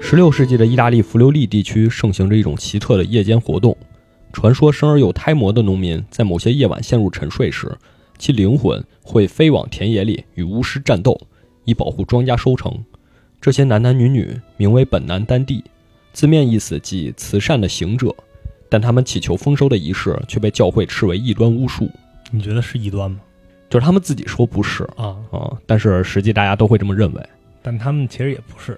十六世纪的意大利弗留利地区盛行着一种奇特的夜间活动，传说生而有胎魔的农民在某些夜晚陷入沉睡时，其灵魂会飞往田野里与巫师战斗，以保护庄稼收成。这些男男女女名为本南丹地，字面意思即慈善的行者，但他们祈求丰收的仪式却被教会视为异端巫术，你觉得是异端吗？就是他们自己说不是啊，啊，但是实际大家都会这么认为。但他们其实也不是。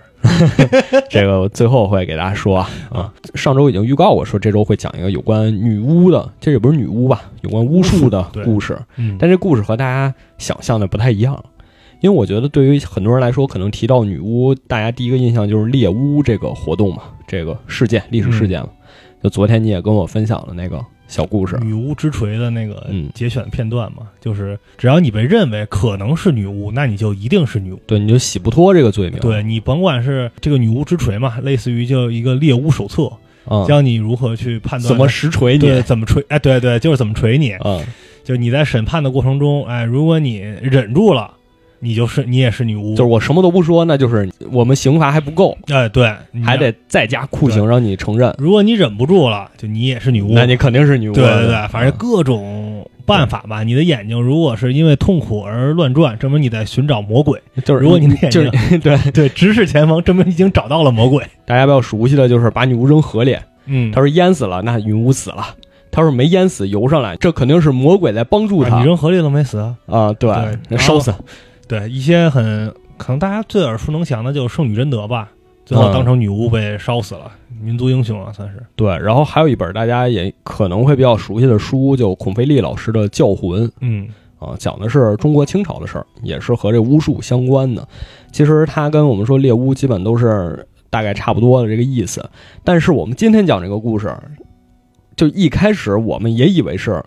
这个我最后会给大家说啊啊，上周已经预告我说这周会讲一个有关女巫的，这也不是女巫吧，有关巫术的对故事。嗯，但这故事和大家想象的不太一样，因为我觉得对于很多人来说，可能提到女巫，大家第一个印象就是猎巫这个活动嘛，这个事件历史事件嘛。嗯就昨天你也跟我分享了那个小故事，女巫之锤的那个嗯节选片段嘛，就是只要你被认为可能是女巫，那你就一定是女巫。对，你就洗不脱这个罪名，对你甭管是这个女巫之锤嘛，类似于就一个猎巫手册，嗯，教你如何去判断怎么实锤你对，怎么锤，哎，对对，就是怎么锤你。嗯，就是你在审判的过程中，哎，如果你忍住了，你就是你也是女巫，就是我什么都不说，那就是我们刑罚还不够，哎，对，你还得再加酷刑让你承认。如果你忍不住了，就你也是女巫。那你肯定是女巫。对对啊对，反正各种办法吧。你的眼睛如果是因为痛苦而乱转，证明你在寻找魔 鬼；嗯就是如果你的啊眼就睛是 对，对直视前方，证明你已经找到了魔鬼。大家比较熟悉的就是把女巫扔河里，嗯他说淹死了，那女巫死了。他说没淹死，游上来，这肯定是魔鬼在帮助啊他你扔河里了没死啊？啊！对对然后烧死，对，一些很可能大家最耳熟能详的就是圣女贞德吧，最后嗯当成女巫被烧死了，民族英雄啊，算是。对。然后还有一本大家也可能会比较熟悉的书，就孔飞利老师的《教魂》嗯啊，讲的是中国清朝的事儿，也是和这巫术相关的。其实他跟我们说猎巫基本都是大概差不多的这个意思。但是我们今天讲这个故事，就一开始我们也以为是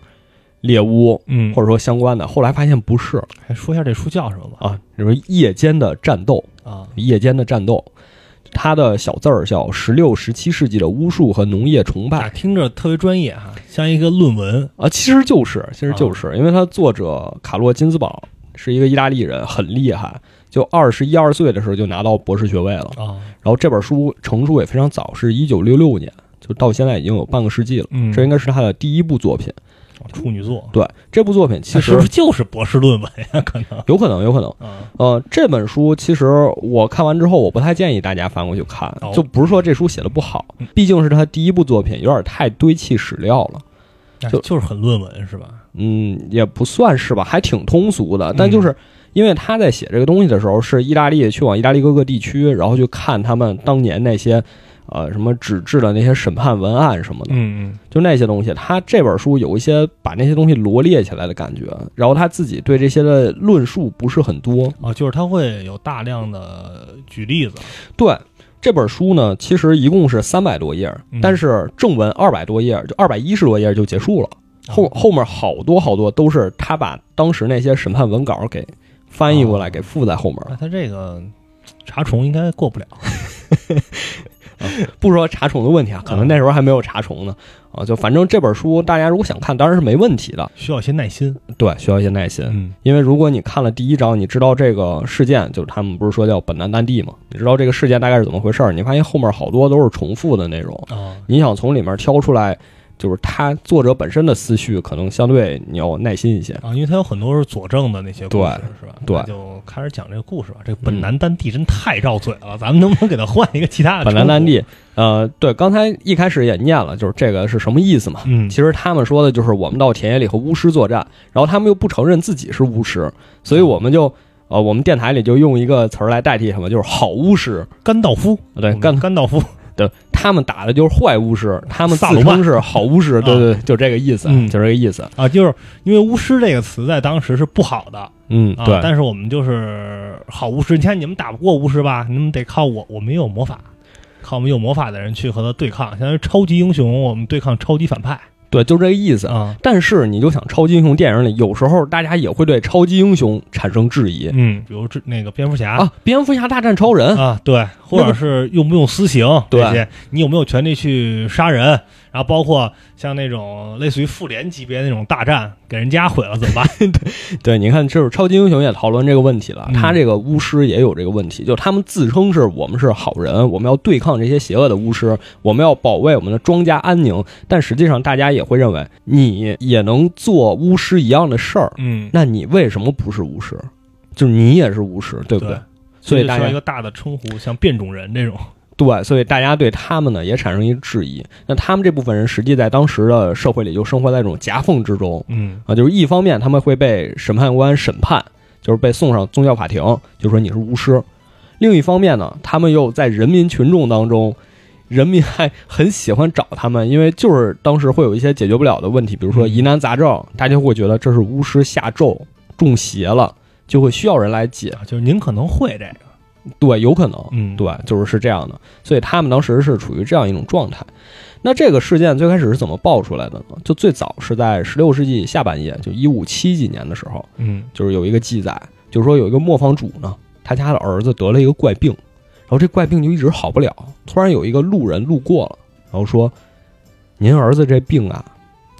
猎巫，嗯，或者说相关的，后来发现不是还哎说一下这书叫什么吧？啊，什么夜间的战斗，啊，夜间的战斗，它的小字儿叫《十六、十七世纪的巫术和农业崇啊拜》听着特别专业哈，像一个论文。啊，其实就是，其实就是，因为它作者卡洛金斯堡是一个意大利人，很厉害，就二十一二岁的时候就拿到博士学位了。啊，然后这本书成书也非常早，是一九六六年，就到现在已经有半个世纪了。嗯，这应该是他的第一部作品。处女座，对，这部作品其那是实啊不是就是博士论文呀？可能有可能，有可能。啊，呃，这本书其实我看完之后，我不太建议大家翻过去看哦，就不是说这书写的不好嗯，毕竟是他第一部作品，有点太堆砌史料了。那就哎就是很论文是吧？嗯，也不算是吧，还挺通俗嗯的。但就是因为他在写这个东西的时候，是意大利去往意大利各个地区，然后去看他们当年那些呃什么纸质的那些审判文案什么的，嗯就那些东西。他这本书有一些把那些东西罗列起来的感觉，然后他自己对这些的论述不是很多。嗯，哦，就是它会有大量的举例子，啊对，这本书呢，其实一共是三百多页儿，嗯但是正文二百多页儿，就二百一十多页儿就结束了。啊后后面好多好多都是他把当时那些审判文稿给翻译过来，哦给附在后面了。那它这个查重应该过不了。不说查重的问题啊，可能那时候还没有查重呢。啊，就反正这本书大家如果想看，当然是没问题的。需要一些耐心。对，需要一些耐心。嗯因为如果你看了第一章，你知道这个事件，就是他们不是说叫本南丹地嘛，你知道这个事件大概是怎么回事儿，你发现后面好多都是重复的内容，啊，你想从里面挑出来，就是他作者本身的思绪，可能相对你要耐心一些。啊，因为它有很多是佐证的那些故事，是吧？对嗯那就开始讲这个故事吧。这个本南丹地真太绕嘴了，咱们能不能给它换一个其他的？本南丹，地，呃，对，刚才一开始也念了，就是这个是什么意思嘛？嗯其，实他们说的就是我们到田野里和巫师作战，然后他们又不承认自己是巫师，所以我们就，呃，我们电台里就用一个词儿来代替他们，就是好巫师。啊甘道夫，对，干甘道夫，对，他们打的就是坏巫师，他们自萨鲁曼称是好巫师。对啊对，对就这个意思，嗯就这个意思。啊，就是因为巫师这个词在当时是不好的嗯，啊，对，但是我们就是好巫师。你看你们打不过巫师吧，你们得靠我，我们也有魔法，靠我们有魔法的人去和他对抗，相当于超级英雄，我们对抗超级反派对，就这个意思。啊。但是你就想，超级英雄电影里有时候大家也会对超级英雄产生质疑嗯，比如这那个蝙蝠侠啊啊，蝙蝠侠大战超人，啊，对，或者是用不用私刑对这些，你有没有权利去杀人？然后包括像那种类似于复联级别那种大战，给人家毁了怎么 办？对，你看，就是超级英雄也讨论这个问题了，嗯他这个巫师也有这个问题，就他们自称是我们是好人，我们要对抗这些邪恶的巫师，我们要保卫我们的庄家安宁，但实际上大家也会认为你也能做巫师一样的事儿，嗯，那你为什么不是巫师？就是你也是巫师，对不对？对所以就大需要家一个大的称呼，像变种人这种。对，所以大家对他们呢也产生一质疑。那他们这部分人实际在当时的社会里就生活在这种夹缝之中，嗯啊，就是一方面他们会被审判官审判，就是被送上宗教法庭，就说你是巫师；另一方面呢，他们又在人民群众当中，人民还很喜欢找他们，因为就是当时会有一些解决不了的问题，比如说嗯疑难杂症，大家会觉得这是巫师下咒中邪了，就会需要人来解。啊，就是您可能会这个。对，有可能，嗯，对，就是是这样的。所以他们当时是处于这样一种状态。那这个事件最开始是怎么爆出来的呢？就最早是在十六世纪下半叶，就一五七几年的时候，嗯就是有一个记载，就是说有一个磨坊主呢，他家的儿子得了一个怪病，然后这怪病就一直好不了。突然有一个路人路过了，然后说：“您儿子这病啊，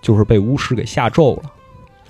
就是被巫师给下咒了。”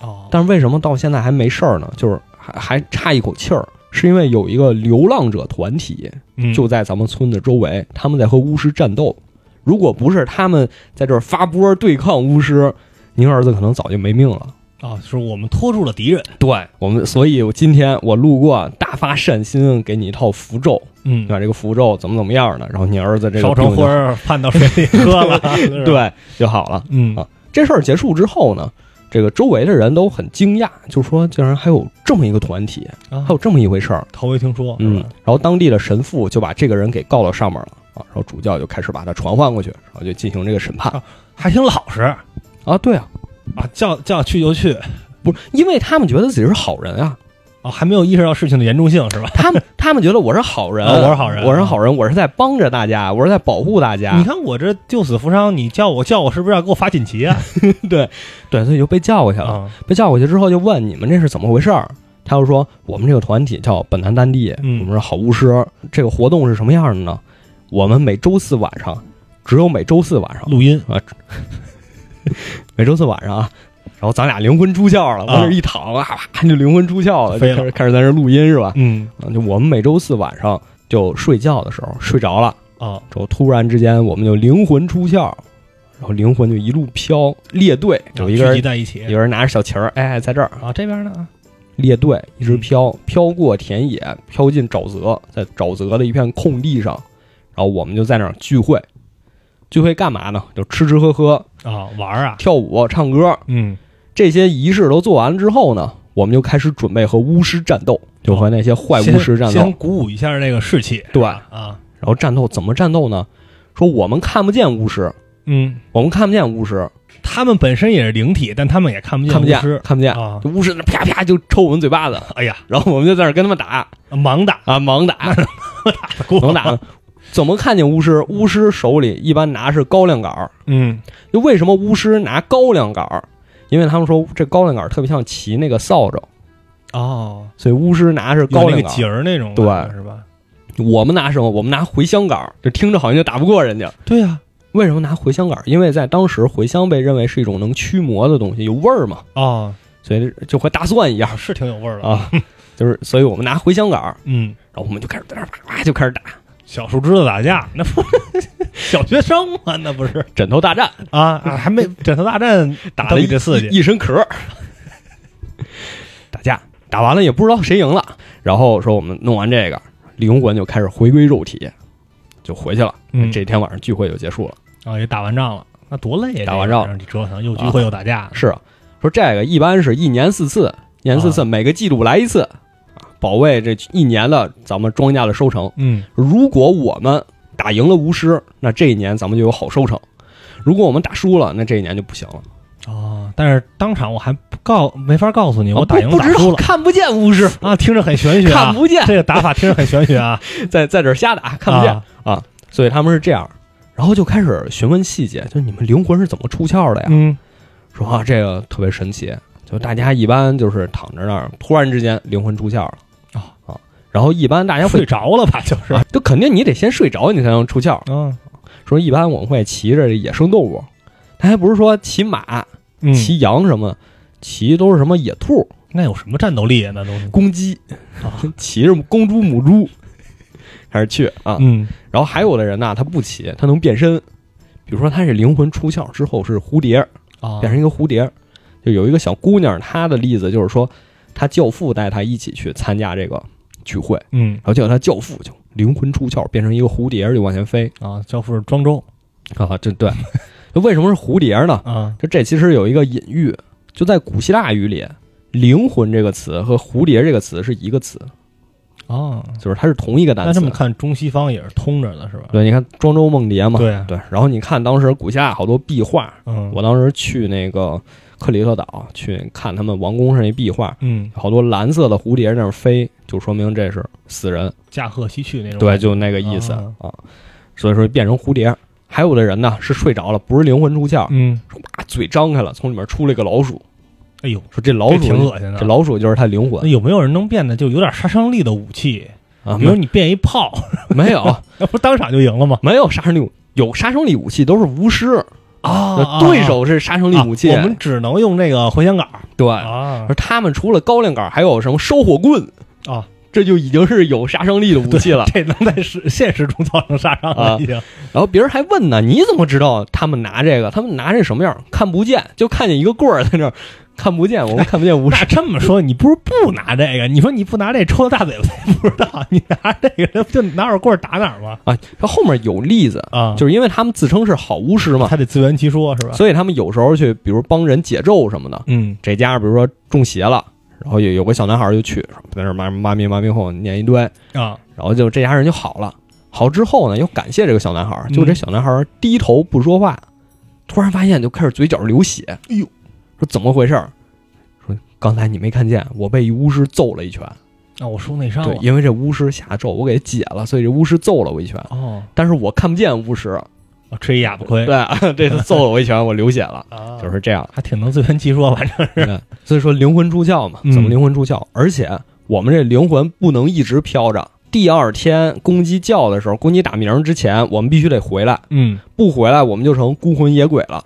哦，但是为什么到现在还没事儿呢？就是还还差一口气儿，是因为有一个流浪者团体嗯就在咱们村子周围，他们在和巫师战斗。如果不是他们在这儿发波对抗巫师，您儿子可能早就没命了。啊，就是我们拖住了敌人。对我们，所以我今天我路过，大发善心，给你一套符咒，嗯对吧？这个符咒怎么怎么样呢？然后你儿子这个烧成病就灰儿 判到水里喝了，是吧， 对就好了。嗯啊这事儿结束之后呢，这个周围的人都很惊讶，就说竟然还有这么一个团体，啊还有这么一回事儿。头回听说，嗯是吧，然后当地的神父就把这个人给告到上面了啊，然后主教就开始把他传唤过去，然后就进行这个审判还挺老实啊，啊。对啊，叫叫去就去不是因为他们觉得自己是好人啊，啊，还没有意识到事情的严重性，是吧？他 们他们觉得我是好人，啊我是好人我是好人，我是在帮着大家，我是在保护大家。你看我这救死扶伤，你叫我叫我是不是要给我发锦旗 啊？对，所以就被叫过去了。啊，被叫过去之后就问你们这是怎么回事儿？他就说我们这个团体叫本南丹地，嗯我们是好巫师。这个活动是什么样的呢？我们每周四晚上，只有每周四晚上，录音每周四晚上啊，然后咱俩灵魂出窍了，往啊那儿一躺，哇啪就灵魂出窍了，飞就了开始开始在这录音是吧？嗯啊就我们每周四晚上就睡觉的时候睡着了，啊，之后突然之间我们就灵魂出窍，然后灵魂就一路飘，列队有一个啊聚集人在一起有人拿着小旗儿，哎，在这儿啊，这边呢列队一直飘，飘过田野，飘进沼泽，在沼泽的一片空地上，然后我们就在那儿聚会，聚会干嘛呢？就吃吃喝喝、啊玩儿啊，跳舞、唱歌，嗯这些仪式都做完了之后呢，我们就开始准备和巫师战斗，就和那些坏巫师战先斗。先鼓舞一下这个士气，对啊，然后战斗怎么战斗呢？说我们看不见巫师，嗯，我们看不见巫师，他们本身也是灵体，但他们也看不见看不见巫师，看不见。啊就，巫师那啪啪就抽我们嘴巴子，哎呀，然后我们就在那儿跟他们打盲打啊，盲打，盲打。怎么看见巫师？巫师手里一般拿是高粱杆儿。嗯就为什么巫师拿高粱杆儿？因为他们说这高粱杆儿特别像骑那个扫帚，哦，所以巫师拿是有高那粱个杆儿。节儿那种对感觉是吧？我们拿什么？我们拿茴香杆儿，就听着好像就打不过人家。对呀、为什么拿茴香杆儿？因为在当时茴香被认为是一种能驱魔的东西，有味儿嘛，哦，所以就和大蒜一样是挺有味儿的。啊，就是所以我们拿茴香杆儿，嗯，然后我们就开始在那儿啪啪就开始打小树枝子打架，那不 小学生吗？那不是枕头大战，啊啊，还没枕头大战 打都了比一这刺激。一身壳儿，打架打完了也不知道谁赢了，然后说我们弄完这个，灵魂就开始回归肉体，就回去了。嗯，这天晚上聚会就结束了。啊也打完仗了，那多累呀！啊打完仗啊这样你折腾又聚会又打架，是啊说这个一般是一年四次，一年啊四次，每个季度来一次，啊保卫这一年的咱们庄稼的收成。嗯如果我们打赢了巫师，那这一年咱们就有好收成；如果我们打输了，那这一年就不行了。哦，但是当场我还不告没法告诉你，啊我打赢不了不打知输道，了看不见巫师，啊，听着很 玄学看啊。不见，这个打法听着很玄学啊， 在在这儿瞎打， 看不见。啊所以他们是这样，然后就开始询问细节，就是你们灵魂是怎么出窍的呀？嗯说啊，这个特别神奇，就大家一般就是躺着那儿，突然之间灵魂出窍了啊啊，然后一般大家会睡着了吧？就是啊，就肯定你得先睡着，你才能出窍。嗯说一般我们会骑着野生动物，他还不是说骑马、嗯，骑羊什么，骑都是什么野兔、那有什么战斗力啊？那东西公鸡，啊，骑着公猪母猪，开始去啊。嗯然后还有的人呢，他不骑，他能变身，比如说他是灵魂出窍之后是蝴蝶，啊，变成一个蝴蝶。就有一个小姑娘，她的例子就是说，她教父带她一起去参加这个聚会，然嗯后结果她教父就灵魂出窍，变成一个蝴蝶就往前飞啊，教父是庄周啊！这对，就为什么是蝴蝶呢？啊，就这其实有一个隐喻，就在古希腊语里，灵魂这个词和蝴蝶这个词是一个词，哦，就是它是同一个单嗯那这词么。看，中西方也是通着的，是吧？对，你看庄周梦蝶嘛，对啊，对，然后你看当时古希腊好多壁画，嗯，我当时去那个克里特岛去看他们王宫上那壁画，嗯，好多蓝色的蝴蝶在那儿飞，就说明这是死人，驾鹤西去那种对，感觉，就那个意思啊啊。所以说变成蝴蝶。还有的人呢是睡着了，不是灵魂出窍，嗯，说把嘴张开了，从里面出来个老鼠，哎呦，说这老这鼠挺恶心的。这老鼠就是他灵那魂有没有人能变得就有点杀伤力的武器？啊，比没如有你变一炮， 没有那不是当场就赢了吗？没有杀伤力武，有杀伤力武器都是巫师，啊对手是杀伤力武器，哦哎我们只能用那个回旋杆儿对，啊而他们除了高粱杆儿，还有什么烧火棍啊，这就已经是有杀伤力的武器了。这能在实现实中造成杀伤啊了已经。然后别人还问呢，你怎么知道他们拿这个？他们拿这什么样？看不见，就看见一个棍儿在那儿，看不见，我们看不见无 那视。这么说，你不如不拿这个。你说你不拿这，抽他大嘴巴，他也不知道。你拿这个，这不就哪有棍儿打哪儿吗？啊，它后面有例子，啊，就是因为他们自称是好巫师嘛，他得自圆其说，是吧？所以他们有时候去，比如帮人解咒什么的。嗯这家比如说中邪了，然后有有个小男孩就去，在那儿妈妈咪妈咪哄念一堆，啊，然后就这家人就好了。好之后呢，又感谢这个小男孩儿，嗯就这小男孩儿低头不说话，突然发现就开始嘴角流血。哎呦，说怎么回事儿？说刚才你没看见，我被巫师揍了一拳。那啊我受内伤对，了。因为这巫师下咒，我给解了，所以这巫师揍了我一拳。哦，但是我看不见巫师，我吃哦一哑巴亏，对， 这次揍了我一拳，我流血了，啊就是这样。还挺能自圆其说，反正对所以说灵魂出窍嘛，嗯怎么灵魂出窍？而且我们这灵魂不能一直飘着。第二天公鸡叫的时候，公鸡打鸣之前，我们必须得回来，嗯，不回来我们就成孤魂野鬼了，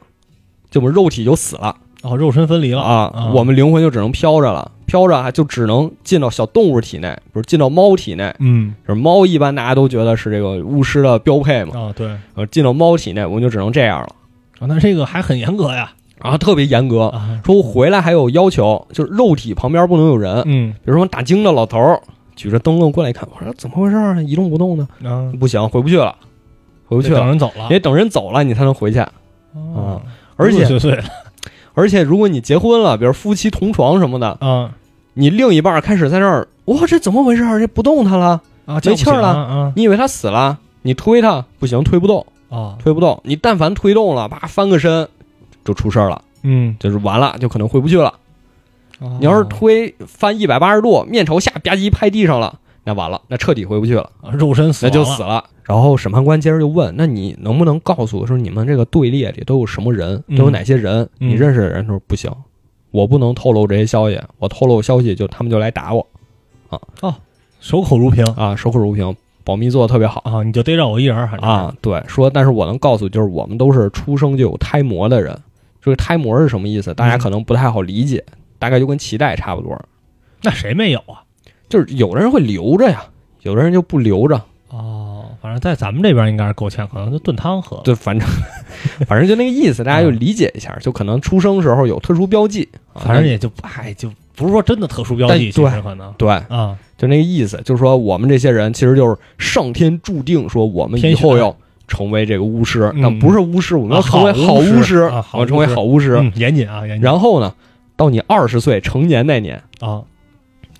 就我们肉体就死了哦，肉身分离了啊，我们灵魂就只能飘着了，飘着还啊就只能进到小动物体内，比如进到猫体内。嗯就是猫一般大家都觉得是这个巫师的标配嘛，啊，对啊，呃，进到猫体内我们就只能这样了那这个还很严格呀啊，特别严格。啊，说回来还有要求，就是肉体旁边不能有人，嗯比如说打更的老头儿举着灯笼过来一看，我说怎么回事儿啊？一动不动的，啊，不行，回不去了，回不去得等了，人走了也得等人走了你才能回去。啊，而五且十岁了而且，如果你结婚了，比如夫妻同床什么的，啊你另一半开始在那儿，哇，这怎么回事儿？这不动他了？啊，叫不气儿醒了啊你以为他死了？你推他不行，推不动，啊，推不动。你但凡推动了，啪翻个身，就出事儿了，嗯，就是完了，就可能回不去了。哦你你要是推翻一百八十度，面朝下吧唧拍地上了，那完了，那彻底回不去了。啊肉身死那就亡死了。然后审判官接着就问：“那你能不能告诉我说你们这个队列里都有什么人，嗯都有哪些人？嗯你认识的人？”他说：“不行，我不能透露这些消息，我透露消息就他们就来打我守口如瓶啊！守口如瓶，保密做的特别好啊，你就逮着我一人儿，反正啊。对，说但是我能告诉，就是我们都是出生就有胎魔的人。这个胎魔是什么意思？大家可能不太好理解，大概就跟脐带差不多，那谁没有啊？就是有的人会留着呀，有的人就不留着。哦，反正在咱们这边应该是够呛，可能就炖汤喝。对，反正 反正就那个意思，大家就理解一下，就可能出生时候有特殊标记，啊嗯反正那也就哎，就不是说真的特殊标但记，其对实可能对，啊，就那个意思，就是说我们这些人其实就是上天注定说我们以天选后要成为这个巫师，嗯但不是巫师，我们要成为啊好好巫师师，啊我好们成为巫师好巫师。嗯，严谨啊，严谨然后呢，到你二十岁成年那年，啊，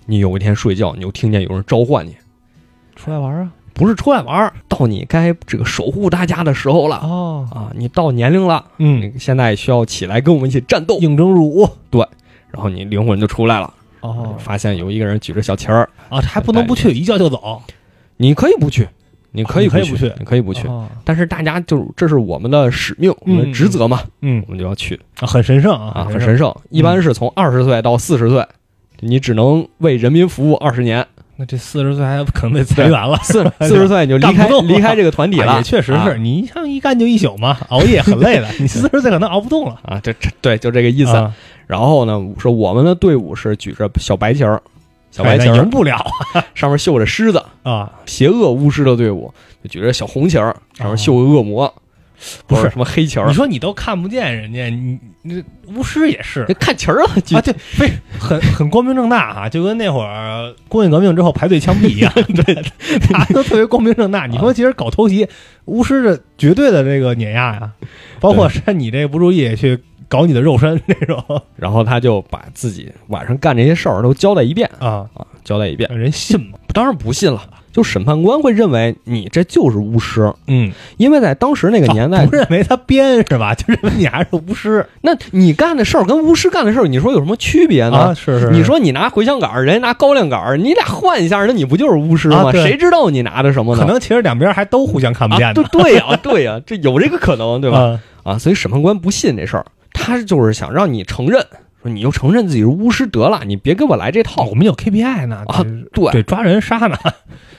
你有一天睡觉，你就听见有人召唤你，出来玩儿啊，不是出来玩儿，到你该这个守护大家的时候了哦，啊！你到年龄了，嗯，你现在需要起来跟我们一起战斗，应征入伍然后你灵魂就出来了。哦发现有一个人举着小旗儿，啊，还不能不去，一叫就走，你可以不去，你可以啊你可以去，不去你可以不不去。但是大家就是这是我们的使命，我嗯们的职责嘛，嗯我们就要去啊，很神圣啊，啊，很 神圣。一般是从二十岁到四十岁，你只能为人民服务二十年，那这四十岁还可能得裁员 了，四四十岁你就离哎干开不动了哎离开这个团体了，也确实啊是你像一干就一宿嘛，熬夜很 累的，你四十岁可能熬不动了，啊，这这对，就这个意思。啊然后呢，说我们的队伍是举着小白旗儿，小白旗哎那儿赢 不了上面绣着狮子，啊，邪恶巫师的队伍就举着小红旗儿，上面绣个恶魔，哦不是或者什么黑旗儿你，说你都看不见人家，你你巫师也是就看旗儿啊，举啊，对，非很很光明正大啊，就跟那会儿工业革命之后排队枪毙 一样，对，大家都特别光明正大。你啊说其实搞偷袭，巫师的绝对的这个碾压呀，包括趁你这不注意去搞你的肉身这 种然后他就把自己晚上干这些事儿都交代一遍啊，啊，交代一遍。让人信吗？当然不信了，就审判官会认为你这就是巫师，嗯，因为在当时那个年代，啊不认为他编是吧？就认为你还是 巫师那你干的事儿跟巫师干的事儿，你说有什么区别呢？啊，是是，你说你拿茴香杆儿，人家拿高粱杆儿，你俩换一下，那你不就是巫师吗？啊对谁知道你拿的什么呢？可能其实两边还都互相看不见啊，的对，对呀、对呀、这有这个可能，对吧？吧？啊，所以审判官不信这事儿，他就是想让你承认，说你就承认自己是巫师得了，你别给我来这套我。们有 KPI 呢啊得对对，抓人杀呢，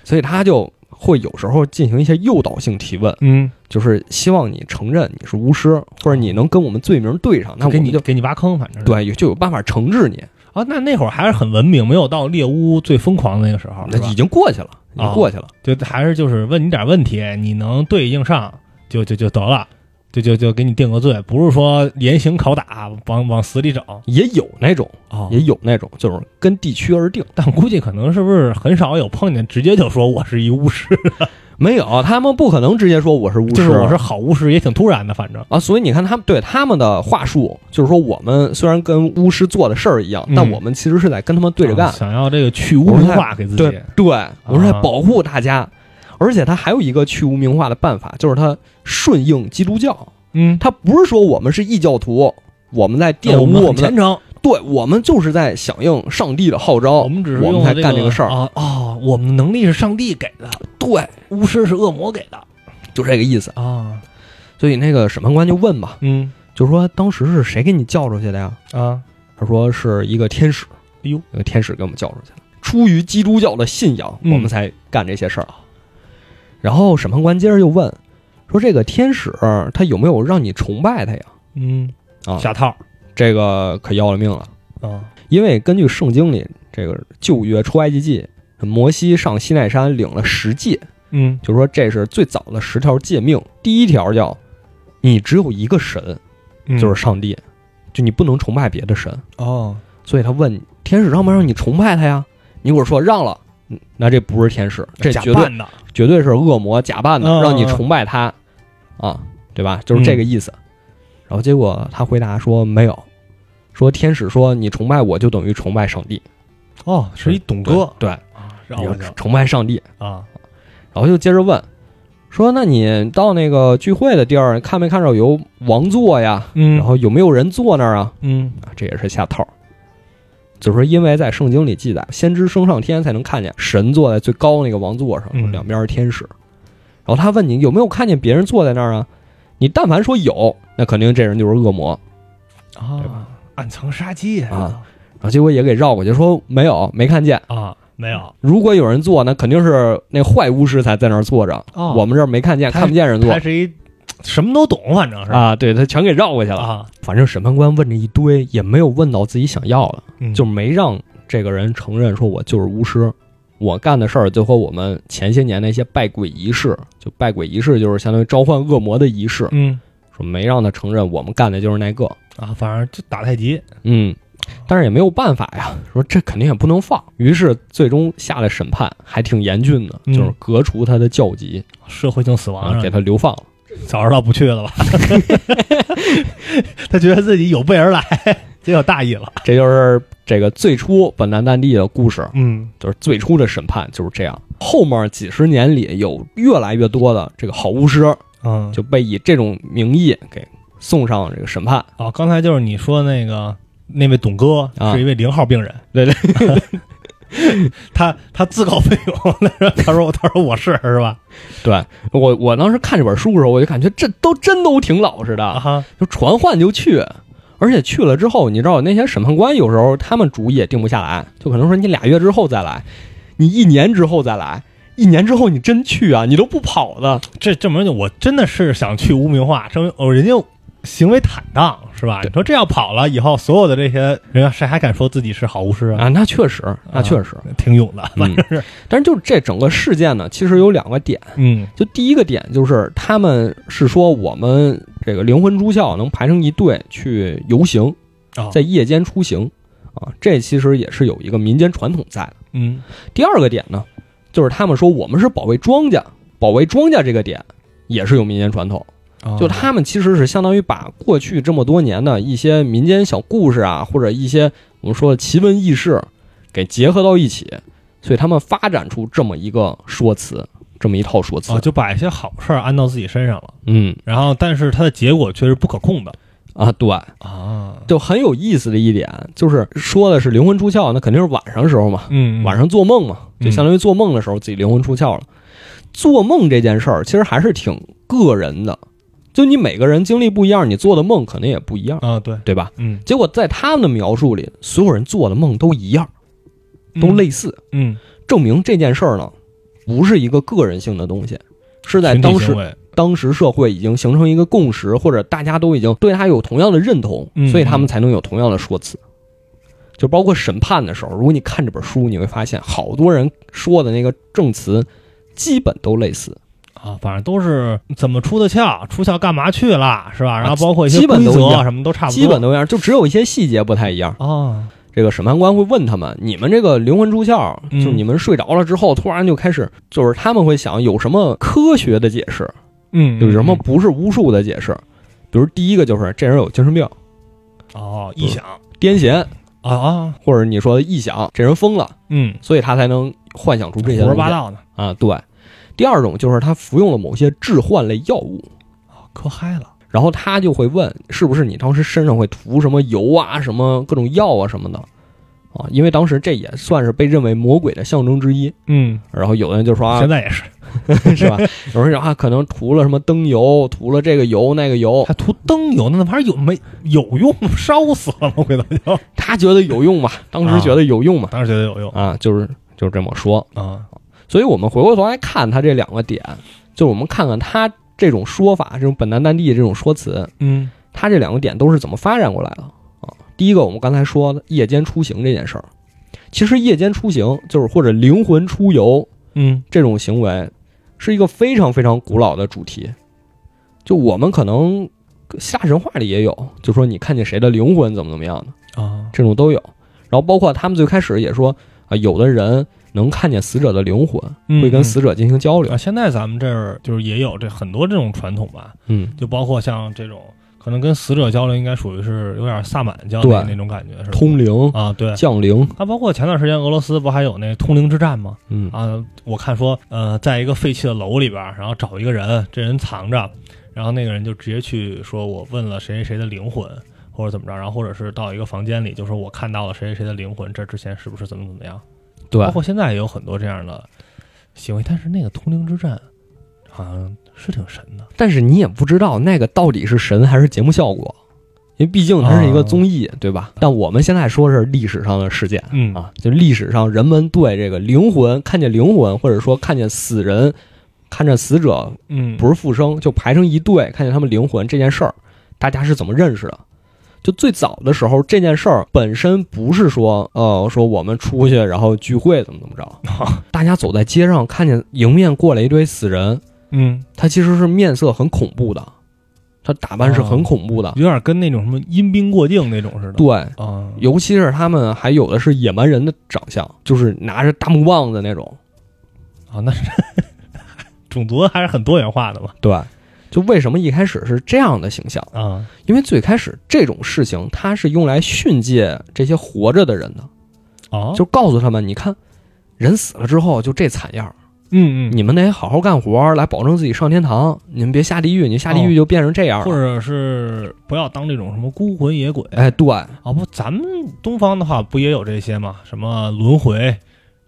所以他就会有时候进行一些诱导性提问，嗯，就是希望你承认你是巫师，或者你能跟我们罪名对上，那我给们你就给你挖坑，反正是。对有就有办法惩治你。啊，那那会儿还是很文明，没有到猎巫最疯狂的那个时候，那是吧已？经过去了，已经啊过去了。就还是就是问你点问题，你能对应上就就就得了，就就就给你定个罪，不是说严刑拷打，往往死里整啊。也有那种，也也有那种，就是跟地区而定。但估计可能是不是很少有碰见直接就说我是一巫师，没有，他们不可能直接说我是巫师，就是我是好巫师，也挺突然的，反正啊，所以你看他们对他们的话术，就是说我们虽然跟巫师做的事儿一样，嗯但我们其实是在跟他们对着干。啊想要这个去污名化给自己啊对对，我是在保护大家，而且他还有一个去污名化的办法，就是他顺应基督教，嗯，他不是说我们是异教徒，我们在玷呃我污们我很们的，虔诚，对我们就是在响应上帝的号召，我们只是我用们了才干这这个事儿。啊哦，我们的能力是上帝给的，对，巫师是恶魔给的就这个意思。啊，所以那个审判官就问嘛，嗯就说当时是谁给你叫出去的呀？啊。他说是一个天使，哎呦，那个天使给我们叫出去了。出于基督教的信仰，嗯我们才干这些事儿啊。然后审判官接着又问，说这个天使他有没有让你崇拜他呀？嗯啊下套这个可要了命了，啊，因为根据圣经里这个旧约出埃及记，摩西上西奈山领了十诫，嗯就是说这是最早的十条诫命。第一条叫，你只有一个神，嗯就是上帝，就你不能崇拜别的神。哦，所以他问天使让不让你崇拜他呀？你如果说让了，嗯那这不是天使，这假绝对扮的，绝对是恶魔假扮的，嗯让你崇拜他，啊，对吧？就是这个意嗯思。然后结果他回答说没有，说天使说你崇拜我就等于崇拜上帝，哦，是一董对哥对，啊，你绕要过去了崇拜上帝。啊，然后就接着问，说那你到那个聚会的地儿看没看着有王座呀？嗯然后有没有人坐那儿啊？嗯啊，这也是下套儿。就是说因为在圣经里记载，先知升上天才能看见神坐在最高那个王座上，嗯两边是天使。然后他问你有没有看见别人坐在那儿啊？你但凡说有，那肯定这人就是恶魔。对啊，暗藏杀机啊然后结果也给绕过去，说没有，没看见。啊，没有，如果有人坐，那肯定是那坏巫师才在那儿坐着。哦我们这儿没看见，他看不见人坐他是一什么都懂，反正是啊。对他全给绕过去了。啊，反正审判官问这一堆，也没有问到自己想要的。嗯就没让这个人承认说我就是巫师，我干的事儿就和我们前些年那些拜鬼仪式，就拜鬼仪式就是相当于召唤恶魔的仪式，嗯说没让他承认我们干的就是那个，啊，反正就打太极，嗯，但是也没有办法呀，说这肯定也不能放，于是最终下了审判，还挺严峻的，嗯就是革除他的教籍，社会性死然亡后让给他流放了。早知道不去了 吧，他觉得自己有备而来， 结果大意了，这就是这个最初本南淡地的故事。嗯就是最初的审判就是这样，后面几十年里有越来越多的这个好巫师，嗯，就被以这种名义给送上这个审判。哦，刚才就是你说那个那位董哥啊是一位零号病人，对对， 他他自告奋勇，他说他说他说我是是吧？对我，我当时看这本书的时候，我就感觉这都真都挺老实啊的，哈，就传唤就去。而且去了之后，你知道那些审判官有时候他们主意也定不下来，就可能说你俩月之后再来，你一年之后再来，一年之后你真去啊，你都不跑的，这证明我真的是想去污名化，证明哦，人家行为坦荡是吧？对你说这要跑了以后，所有的这些人啊谁还敢说自己是好巫师啊？啊，那确实，那确实。挺勇的，嗯，但是就是这整个事件呢，其实有两个点。嗯就第一个点就是，他们是说我们这个灵魂住校能排成一队去游行哦，在夜间出行啊，这其实也是有一个民间传统在的。嗯第二个点呢，就是他们说我们是保卫庄稼，保卫庄稼这个点也是有民间传统。哦就他们其实是相当于把过去这么多年的一些民间小故事啊，或者一些我们说的奇闻异事给结合到一起，所以他们发展出这么一个说辞，这么一套说辞。哦，就把一些好事儿安到自己身上了，嗯然后但是它的结果却是不可控的啊，对，啊，就很有意思的一点就是说的是灵魂出窍，那肯定是晚上时候嘛，嗯，晚上上做梦嘛，嗯就相当于做梦的时候自己灵魂出窍了。做梦这件事儿其实还是挺个人的，就你每个人经历不一样，你做的梦可能也不一样，啊，对，对吧？嗯，结果在他们的描述里，所有人做的梦都一样，都类似，嗯，证明这件事儿呢，不是一个个人性的东西，是嗯，在群体当行时为当时社会已经形成一个共识，或者大家都已经对他有同样的认同嗯，所以他们才能有同样的说辞。就包括审判的时候，如果你看这本书，你会发现好多人说的那个证词基本都类似，啊，反正都是怎么出的窍，出窍干嘛去了是吧？然后包括一些啊基本规都一则样什么都差不多，基本都一样，就只有一些细节不太一样。啊，这个审判官会问他们：“你们这个灵魂出窍，嗯就是你们睡着了之后，突然就开始，就是他们会想有什么科学的解释，嗯，有什么不是巫术的解释？比如第一个就是这人有精神病、哦，臆想癫痫，啊啊，或者你说的臆想，这人疯了，嗯，所以他才能幻想出这些胡东说西八道呢，啊。对，第二种就是他服用了某些致幻类药物，嗑啊嗨了，然后他就会问，是不是你当时身上会涂什么油啊、什么各种药啊什么的啊？因为当时这也算是被认为魔鬼的象征之一。嗯，然后有的人就说啊 现，在也是，是吧？有人说啊，可能涂了什么灯油，涂了这个油那个油，还涂灯油呢，那玩意儿有没有用？ 烧死了吗？回头就，他觉得有用嘛，当时觉得有用嘛，当时觉得有用啊就是就是这么说。啊，所以我们回过头来看他这两个点，就是我们看看他这种说法，这种本南丹地这种说辞，嗯他这两个点都是怎么发展过来的啊？第一个，我们刚才说的夜间出行这件事儿，其实夜间出行就是或者灵魂出游，嗯这种行为是一个非常非常古老的主题。就我们可能希腊神话里也有，就说你看见谁的灵魂怎么怎么样的，啊，这种都有。然后包括他们最开始也说啊、有的人能看见死者的灵魂，会跟死者进行交流嗯啊，。现在咱们这儿就是也有这很多这种传统吧，嗯，就包括像这种可能跟死者交流，应该属于是有点萨满交流对那种感觉，是吧通灵、啊，对。降灵，啊，包括前段时间俄罗斯不还有那通灵之战吗？嗯啊，我看说，呃，在一个废弃的楼里边儿，然后找一个人，这人藏着，然后那个人就直接去说，我问了谁谁谁的灵魂，或者怎么着，然后或者是到一个房间里，就说我看到了谁谁谁的灵魂，这之前是不是怎么怎么样？对包，括现在也有很多这样的行为，但是那个通灵之战好像是挺神的，但是你也不知道那个到底是神还是节目效果，因为毕竟它是一个啊综艺，对吧？但我们现在说是历史上的事件，嗯啊，就历史上人们对这个灵魂看见灵魂，或者说看见死人、看见死者嗯，不是复生，就排成一队看见他们灵魂这件事儿，大家是怎么认识的？就最早的时候，这件事儿本身不是说，呃，说我们出去然后聚会怎么怎么着，大家走在街上看见迎面过来一堆死人，嗯，他其实是面色很恐怖的，他打扮是很恐怖的，有点跟那种什么阴兵过境那种似的，对，啊，尤其是他们还有的是野蛮人的长相，就是拿着大木棒子那种，啊，那是种族还是很多元化的嘛。对，就为什么一开始是这样的形象？啊，因为最开始这种事情，它是用来训诫这些活着的人的，哦，就告诉他们，你看，人死了之后就这惨样儿，嗯嗯，你们得好好干活儿，来保证自己上天堂，你们别下地狱，你下地狱就变成这样哦或了。者是不要当这种什么孤魂野鬼哎，对，啊，不，咱们东方的话不也有这些吗？什么轮回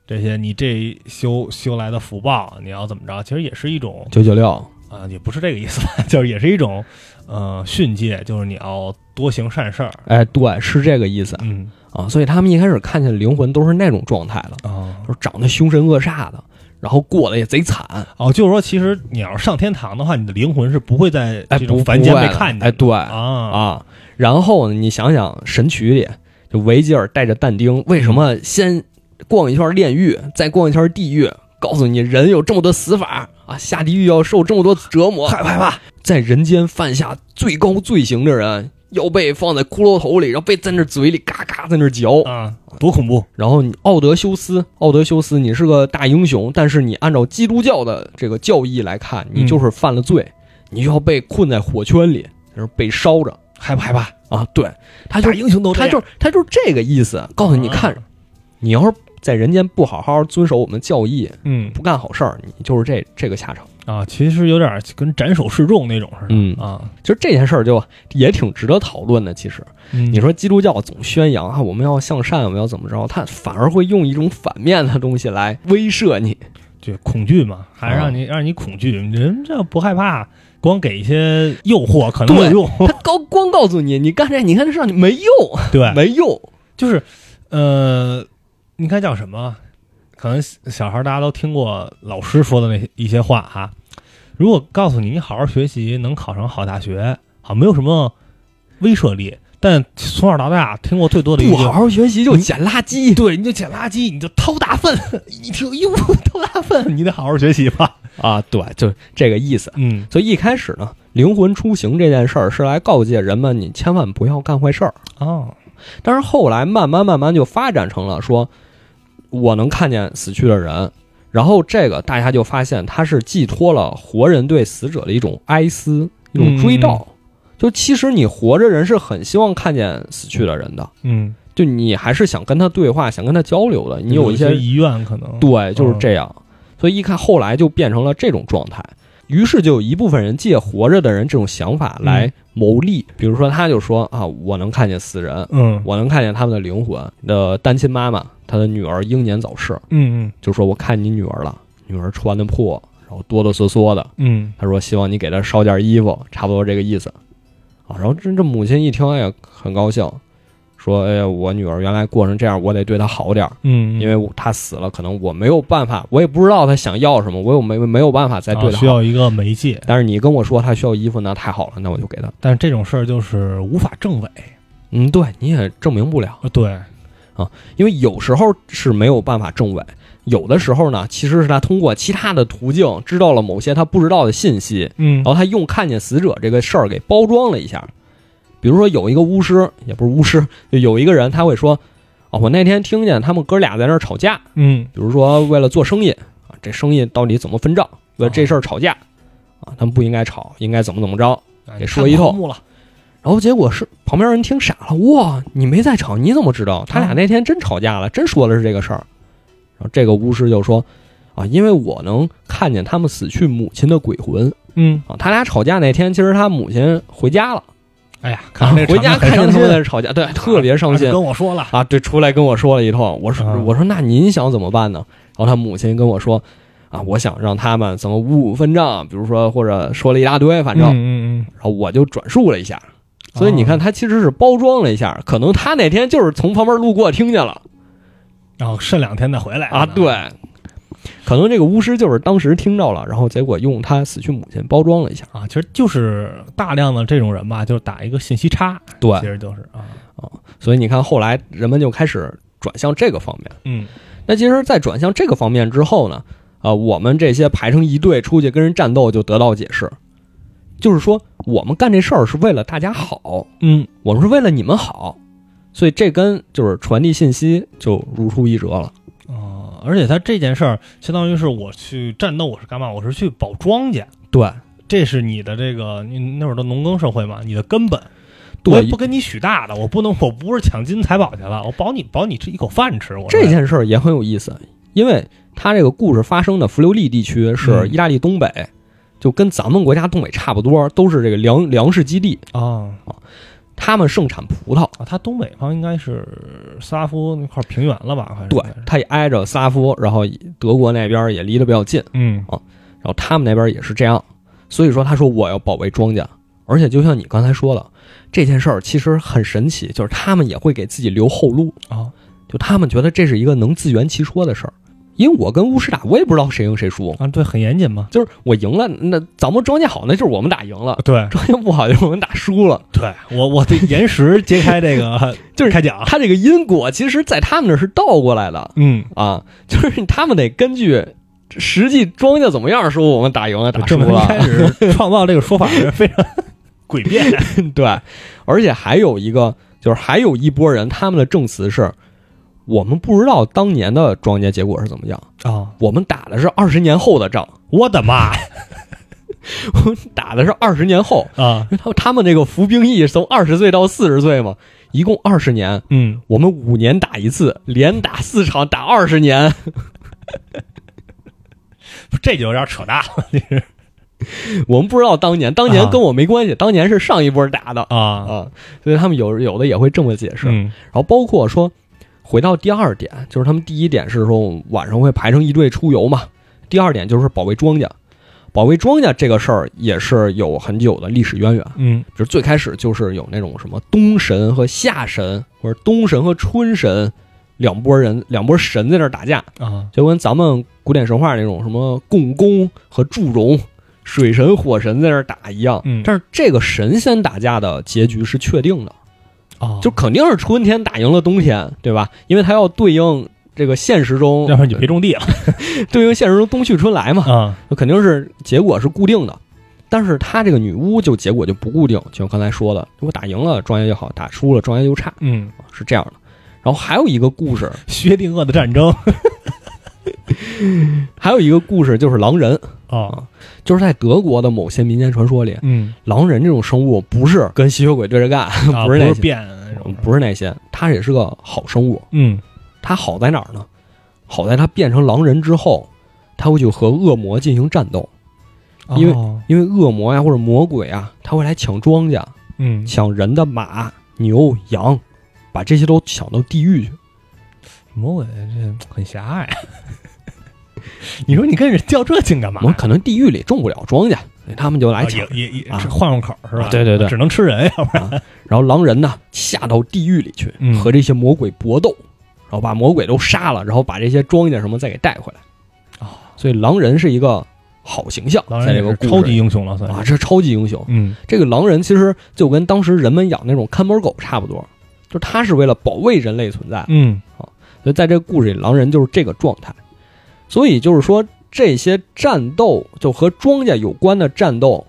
这些，你这一修修来的福报，你要怎么着，其实也是一种九九六啊、也不是这个意思吧， 就是也是一种呃训诫，就是你要多行善事儿。哎，对，是这个意思嗯啊。所以他们一开始看见灵魂都是那种状态的，啊就是长得凶神恶煞的，然后过得也贼惨，哦，就是说，其实你要是上天堂的话，你的灵魂是不会在哎，这不种凡间不被外的看见的。哎，对啊啊。然后呢，你想想《神曲》里，就维吉尔带着但丁，为什么先逛一圈炼狱，再逛一圈地狱？告诉你，人有这么多死法啊，下地狱要受这么多折磨，害害怕，在人间犯下最高罪行的人，要被放在骷髅头里，然后被在那嘴里嘎嘎在那嚼。啊，多恐怖！然后你奥德修斯，奥德修斯，你是个大英雄，但是你按照基督教的这个教义来看，你就是犯了罪，你就要被困在火圈里，就是被烧着害不害怕？啊！对，他大就英雄都这他样就他就是这个意思，告诉你啊看，你要是在人间不好好遵守我们的教义，嗯不干好事儿，你就是这这个下场。啊，其实有点跟斩首示众那种似的。嗯啊，其实这件事儿就也挺值得讨论的。其实你你说基督教总宣扬啊，我们要向善，我们要怎么着，他反而会用一种反面的东西来威慑你。就恐惧嘛，还是让啊你让你恐惧，人这不害怕，光给一些诱惑可能对有用。他高光告诉你，你干这，你看这事儿你没用，对，没用。就是呃，你看叫什么？可能小孩儿大家都听过老师说的那一些话哈、如果告诉你你好好学习能考上好大学，好没有什么威慑力，但从小到大听过最多的一不句好好学习就捡垃圾，对，你就捡垃圾，你就掏大粪，一听哟，掏大粪，你得好好学习吧。啊，对，就这个意思。嗯，所以一开始呢，灵魂出行这件事儿是来告诫人们，你千万不要干坏事儿。哦，但是后来慢慢慢慢就发展成了说，我能看见死去的人，然后这个大家就发现它是寄托了活人对死者的一种哀思，一种追悼。就其实你活着人是很希望看见死去的人的，嗯，就你还是想跟他对话，想跟他交流的，你有一些遗愿可能，对，就是这样。所以一看后来就变成了这种状态，于是就有一部分人借活着的人这种想法来谋利，比如说他就说啊，我能看见死人，嗯我能看见他们的灵魂。的单亲妈妈，她的女儿英年早逝，嗯就说我看你女儿了，女儿穿的破，然后哆哆嗦嗦的，嗯他说希望你给她烧件衣服，差不多这个意思啊。然后这这母亲一听也很高兴，说哎呀，我女儿原来过成这样，我得对她好点儿。嗯，因为我他死了，可能我没有办法，我也不知道他想要什么，我有没没有办法再对啊他需好。要一个媒介，但是你跟我说他需要衣服，那太好了，那我就给他。但是这种事儿就是无法证伪。嗯，对，你也证明不了，呃对，因为有时候是没有办法证伪，有的时候呢，其实是他通过其他的途径知道了某些他不知道的信息，嗯然后他用看见死者这个事儿给包装了一下。比如说有一个巫师，也不是巫师，就有一个人他会说，哦，我那天听见他们哥俩在那儿吵架，嗯比如说为了做生意啊，这生意到底怎么分账？为了这事儿吵架啊，他们不应该吵，应该怎么怎么着？哎给说一通看目了，然后结果是旁边人听傻了，哇，你没在场，你怎么知道？他俩那天真吵架了，真说的是这个事儿。然后这个巫师就说啊，因为我能看见他们死去母亲的鬼魂嗯，啊。他俩吵架那天，其实他母亲回家了，哎呀，啊看这、回家看见他们在这吵架，对，特别伤心。跟我说了，啊，对，出来跟我说了一通。我说、啊我说那您想怎么办呢？然后他母亲跟我说，啊，我想让他们怎么五五分账，比如说或者说了一大堆，反正、嗯嗯哦然后我就转述了一下。所以你看，他其实是包装了一下，可能他那天就是从旁边路过听见了嗯，然后剩两天再回来啊，对，可能这个巫师就是当时听到了，然后结果用他死去母亲包装了一下，啊，其实就是大量的这种人吧，就是打一个信息差，对其，实就是啊，所以你看后来人们就开始转向这个方面。嗯那其实，在转向这个方面之后呢，啊、我们这些排成一队出去跟人战斗就得到解释，就是说我们干这事儿是为了大家好，嗯，我们是为了你们好，所以这跟就是传递信息就如出一辙了。哦，而且他这件事儿，相当于是我去战斗，我是干嘛？我是去保庄稼，对，这是你的这个，你那会儿的农耕社会嘛，你的根本。我对也不跟你许大的，我不能，我不是抢金财宝去了，我保你保你吃一口饭吃。我这件事儿也很有意思，因为它这个故事发生的弗留利地区是嗯意大利东北，就跟咱们国家东北差不多，都是这个粮粮食基地，啊他们盛产葡萄。啊，他东北方应该是斯拉夫那块平原了吧？好像是对，它也挨着斯拉夫，然后德国那边也离得比较近，嗯然后他们那边也是这样，所以说，他说我要保卫庄稼，而且就像你刚才说了，这件事儿其实很神奇，就是他们也会给自己留后路啊，就他们觉得这是一个能自圆其说的事儿。因为我跟巫师打，我也不知道谁赢谁输，啊，对，很严谨嘛。就是我赢了，那咱们庄稼好，那就是我们打赢了；对庄稼不好，就是我们打输了。对，我我对岩石揭开这 个就是开讲，他这个因果，其实在他们那儿是倒过来的嗯，啊，就是他们得根据实际庄稼怎么样说我们打赢了打输这么一了。开 始创造这个说法是非 常诡辩， 对，而且还有一个就是还有一波人，他们的证词是，我们不知道当年的庄稼结果是怎么样， 啊！我们打的是二十年后的仗，我的妈呀我们打的是二十年后。啊！因为他他们这个服兵役是从二十岁到四十岁嘛，一共二十年，嗯，我们五年打一次，连打四场，打二十年。这就有点扯淡了我们不知道当年，当年啊跟我没关系，当年是上一波打的啊！啊，所以他们有有的也会这么解释。嗯然后包括说，回到第二点，就是他们第一点是说晚上会排成一队出游嘛，第二点就是保卫庄稼。保卫庄稼这个事儿也是有很久的历史渊源，嗯比如最开始就是有那种什么冬神和夏神，或者冬神和春神两拨人两拨神在那儿打架，啊就跟咱们古典神话那种什么共工和祝融、水神、火神在那儿打一样。嗯但是这个神仙打架的结局是确定的，啊，就肯定是春天打赢了冬天，对吧？因为它要对应这个现实中，要不然你别种地了 对应现实中冬去春来嘛，啊！那肯定是结果是固定的。但是他这个女巫就结果就不固定，就像刚才说的，如果打赢了庄稼就好，打输了庄稼就差，嗯，是这样的。然后还有一个故事，薛定谔的战争还有一个故事就是狼人，啊，就是在德国的某些民间传说里，嗯，狼人这种生物不是跟吸血鬼对着干，啊不不是那些变那种，不是那些，它也是个好生物。嗯它好在哪儿呢？好在它变成狼人之后，它会去和恶魔进行战斗，因为哦因为恶魔呀或者魔鬼啊，它会来抢庄稼，嗯抢人的马、牛、羊，把这些都抢到地狱去。魔鬼这很狭隘。 你说你跟人较这劲干嘛我？们可能地狱里种不了庄稼，所以他们就来啊抢。也也也啊是换换口是吧？啊对对对只能吃人呀，要不然然后狼人呢下到地狱里去嗯和这些魔鬼搏斗，然后把魔鬼都杀了，然后把这些庄稼什么再给带回来。哦所以狼人是一个好形象，狼在人这也个是故事超级里英雄了，算啊，是。这超级英雄。嗯这个狼人其实就跟当时人们养那种看门狗差不多，就是他是为了保卫人类存在，嗯所以在这个故事里，狼人就是这个状态。所以就是说，这些战斗就和庄稼有关的战斗，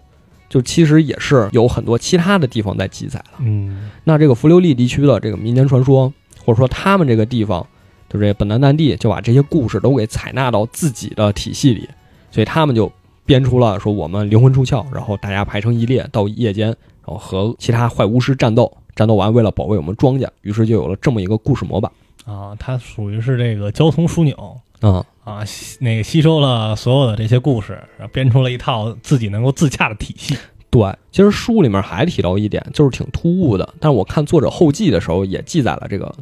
就其实也是有很多其他的地方在记载了。嗯那这个弗留利地区的这个民间传说，或者说他们这个地方，就这本南淡地，就把这些故事都给采纳到自己的体系里，所以他们就编出了说我们灵魂出窍，然后大家排成一列到夜间，然后和其他坏巫师战斗，战斗完为了保卫我们庄稼，于是就有了这么一个故事模板啊，它属于是这个交通枢纽啊、啊，吸那个吸收了所有的这些故事，然后编出了一套自己能够自洽的体系。对，其实书里面还提到一点，就是挺突兀的，但是我看作者后记的时候也记载了这个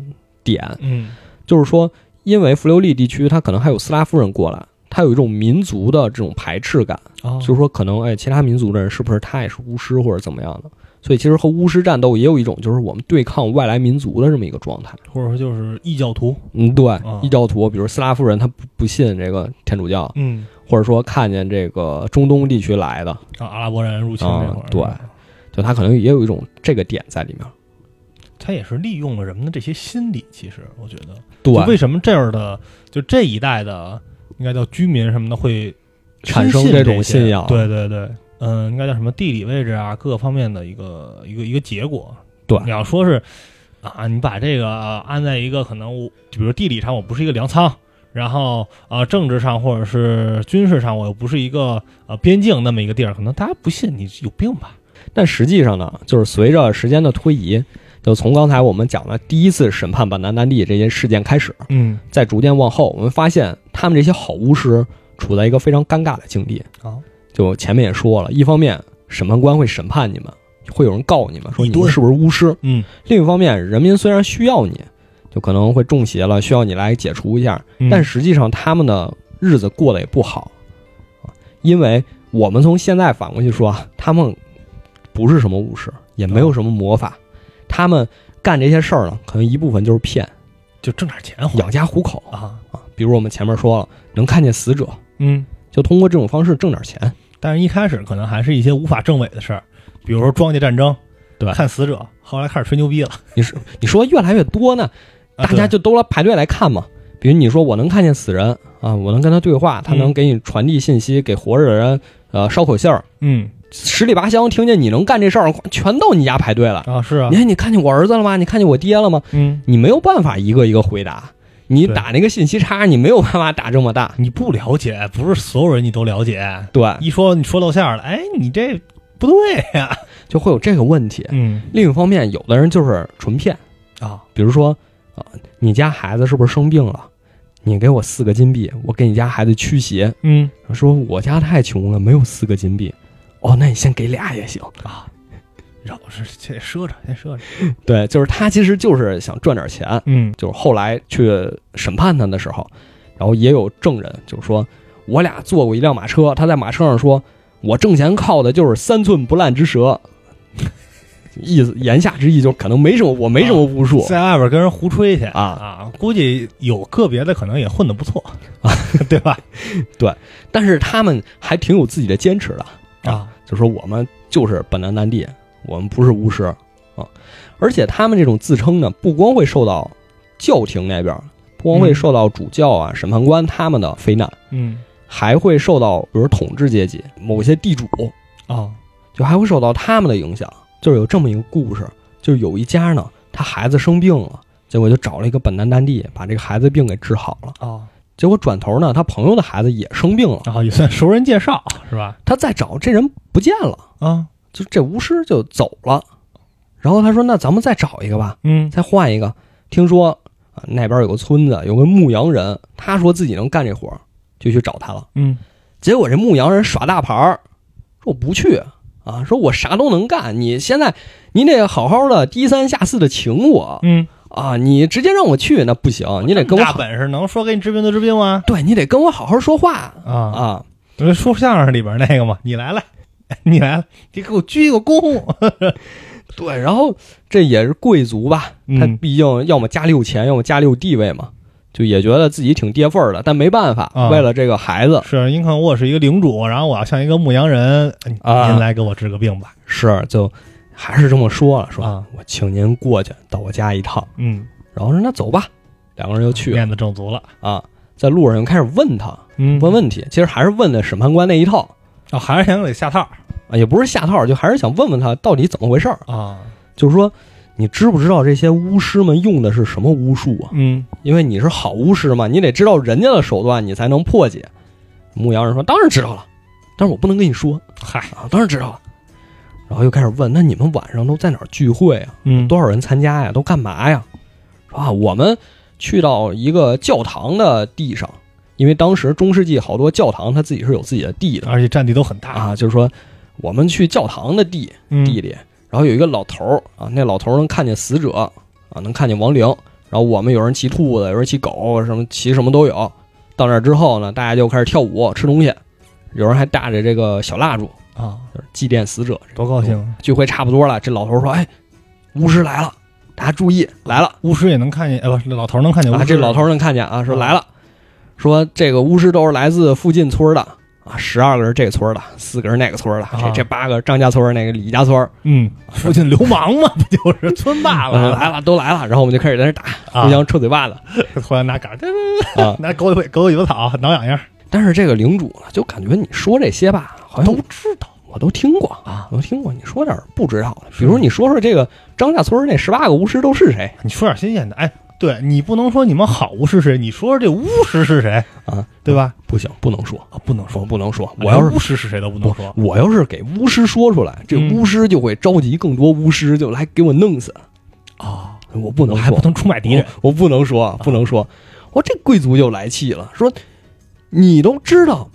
点，嗯就是说，因为弗留利地区它可能还有斯拉夫人过来，它有一种民族的这种排斥感，啊，就是说可能哎，其他民族的人是不是他也是巫师或者怎么样的？所以其实和巫师战斗也有一种就是我们对抗外来民族的这么一个状态。或者说就是异教徒。嗯，对啊，异教徒，比如斯拉夫人，他不不信这个天主教，嗯或者说看见这个中东地区来的，啊，阿拉伯人入侵那会儿啊，对就他可能也有一种这个点在里面。他也是利用了人们的这些心理，其实我觉得。就为对，什么这样的就这一代的应该叫居民什么的会产生深这这种些信仰对对对，嗯、应该叫什么地理位置啊，各个方面的一个一个一个结果。对你要说是啊，你把这个、啊安在一个可能我，比如地理上我不是一个粮仓。然后啊、呃政治上或者是军事上，我又不是一个呃边境那么一个地儿，可能大家不信你有病吧？但实际上呢，就是随着时间的推移，就从刚才我们讲的第一次审判版南丹地这些事件开始，嗯，再逐渐往后，我们发现他们这些好巫师处在一个非常尴尬的境地。啊，就前面也说了，一方面审判官会审判你们，会有人告你们说一你堆们是不是巫师；嗯另一方面，人民虽然需要你，就可能会中邪了，需要你来解除一下，嗯但实际上他们的日子过得也不好，啊因为我们从现在反过去说啊，他们不是什么武士，也没嗯有什么魔法，他们干这些事儿呢，可能一部分就是骗，就挣点钱花养家糊口。啊，比如我们前面说了，能看见死者，嗯。就通过这种方式挣点钱。但是一开始可能还是一些无法证伪的事儿，比如说庄稼战争，对看死者，后来开始吹牛逼了，你是你说越来越多呢，啊大家对就都来排队来看嘛。比如你说我能看见死人啊，我能跟他对话，他能嗯给你传递信息，给活着的人呃捎口信儿。嗯十里八乡听见你能干这事儿，全到你家排队了。啊是啊你，看，你看见我儿子了吗？你看见我爹了吗？嗯，你没有办法一个一个回答，你对打那个信息差，你没有办法打这么大。你不了解，不是所有人你都了解，对，一说你说露馅儿了，哎，你这不对呀、就会有这个问题。嗯另一方面，有的人就是纯骗，啊，比如说啊、你家孩子是不是生病了？你给我四个金币，我给你家孩子驱邪。嗯说我家太穷了，没有四个金币。哦，那你先给俩也行。啊，绕是先赊着，先赊着，对，就是他其实就是想赚点钱。嗯就是后来去审判他的时候，然后也有证人，就是说我俩坐过一辆马车，他在马车上说，我挣钱靠的就是三寸不烂之舌， 意思言下之意就是可能没什么，我没什么巫 术，在外边跟人胡吹去啊啊，估计有个别的可能也混得不错啊， 对吧？但是他们还挺有自己的坚持的，啊，就说我们就是本南南地，我们不是巫师啊，而且他们这种自称呢，不光会受到教廷那边，不光会嗯受到主教啊、审判官他们的非难。嗯还会受到，啊比如统治阶级、某些地主，啊就还会受到他们的影响。就是有这么一个故事，就是有一家呢，他孩子生病了，结果就找了一个本南丹地，把这个孩子病给治好了。啊，结果转头呢，他朋友的孩子也生病了，然后也算熟人介绍是吧？他再找这人不见了，啊，就这巫师就走了。然后他说：“那咱们再找一个吧，嗯再换一个。”听说啊那边有个村子有个牧羊人，他说自己能干这活儿，就去找他了。嗯结果这牧羊人耍大牌儿，说我不去啊，说我啥都能干，你现在你得好好的低三下四的请我嗯，啊，你直接让我去那不行，你得跟我哦大好本事能说给你治病就治病吗？对你得跟我好好说话啊，啊。我就说相声里边那个嘛，你来了，你来了，你给我鞠一个 躬。对，然后这也是贵族吧，嗯他毕竟要么家里有钱，要么家里有地位嘛，就也觉得自己挺跌份儿的，但没办法，啊为了这个孩子是，因为可能我是一个领主，然后我要像一个牧羊人，您啊您来给我治个病吧。是就还是这么说了，说、啊我请您过去到我家一趟，嗯，然后说那走吧，两个人就去了。面子挣足了。啊，在路上就开始问他嗯问问题，其实还是问的审判官那一套啊，还是想给下套啊，也不是下套，就还是想问问他到底怎么回事儿。啊。就是说，你知不知道这些巫师们用的是什么巫术啊？嗯因为你是好巫师嘛，你得知道人家的手段，你才能破解。牧羊人说：“当然知道了，但是我不能跟你说嗨，啊，当然知道了。”然后又开始问：“那你们晚上都在哪儿聚会啊？嗯多少人参加呀？都干嘛呀？说啊，我们去到一个教堂的地上，因为当时中世纪好多教堂它自己是有自己的地的而且占地都很大啊，就是说我们去教堂的地嗯地里，然后有一个老头儿啊，那老头儿能看见死者啊，能看见亡灵，然后我们有人骑兔子，有人骑狗，什么骑什么都有。到那儿之后呢，大家就开始跳舞、吃东西，有人还带着这个小蜡烛，啊，就是祭奠死者。多高兴！聚会差不多了，这老头儿说：“哎，巫师来了，大家注意，来了。”巫师也能看见，哎，不是，老头能看见巫啊，师。这老头儿能看见啊，说来了，说这个巫师都是来自附近村儿的啊，十二个是这个村儿的，四个是那个村儿的，这啊这八个张家村儿那个李家村儿嗯，附近流氓嘛，不就是村霸啊了？来了都来了，然后我们就开始在那打，啊互相抽嘴巴子突然拿杆儿，。啊拿狗尾狗尾巴草挠痒痒，但是这个领主呢，就感觉你说这些吧，好像都我知道我都听过，啊。我都听过，你说点儿不知道的，比如你说说这个张家村儿那十八个巫师都是谁你说点新鲜的，哎，对你不能说你们好巫师是谁，你说说这巫师是谁，啊？对吧？不行，不能说，啊，不能说说，不能说，我我要要是是巫师是谁都不能说我要是给巫师说出来，这嗯巫师就会召集更多巫师，就来给我弄死。啊，我不我能还说不，能哎出卖敌人我我不能说，啊不能说。我这贵族就来气了，说你都知道，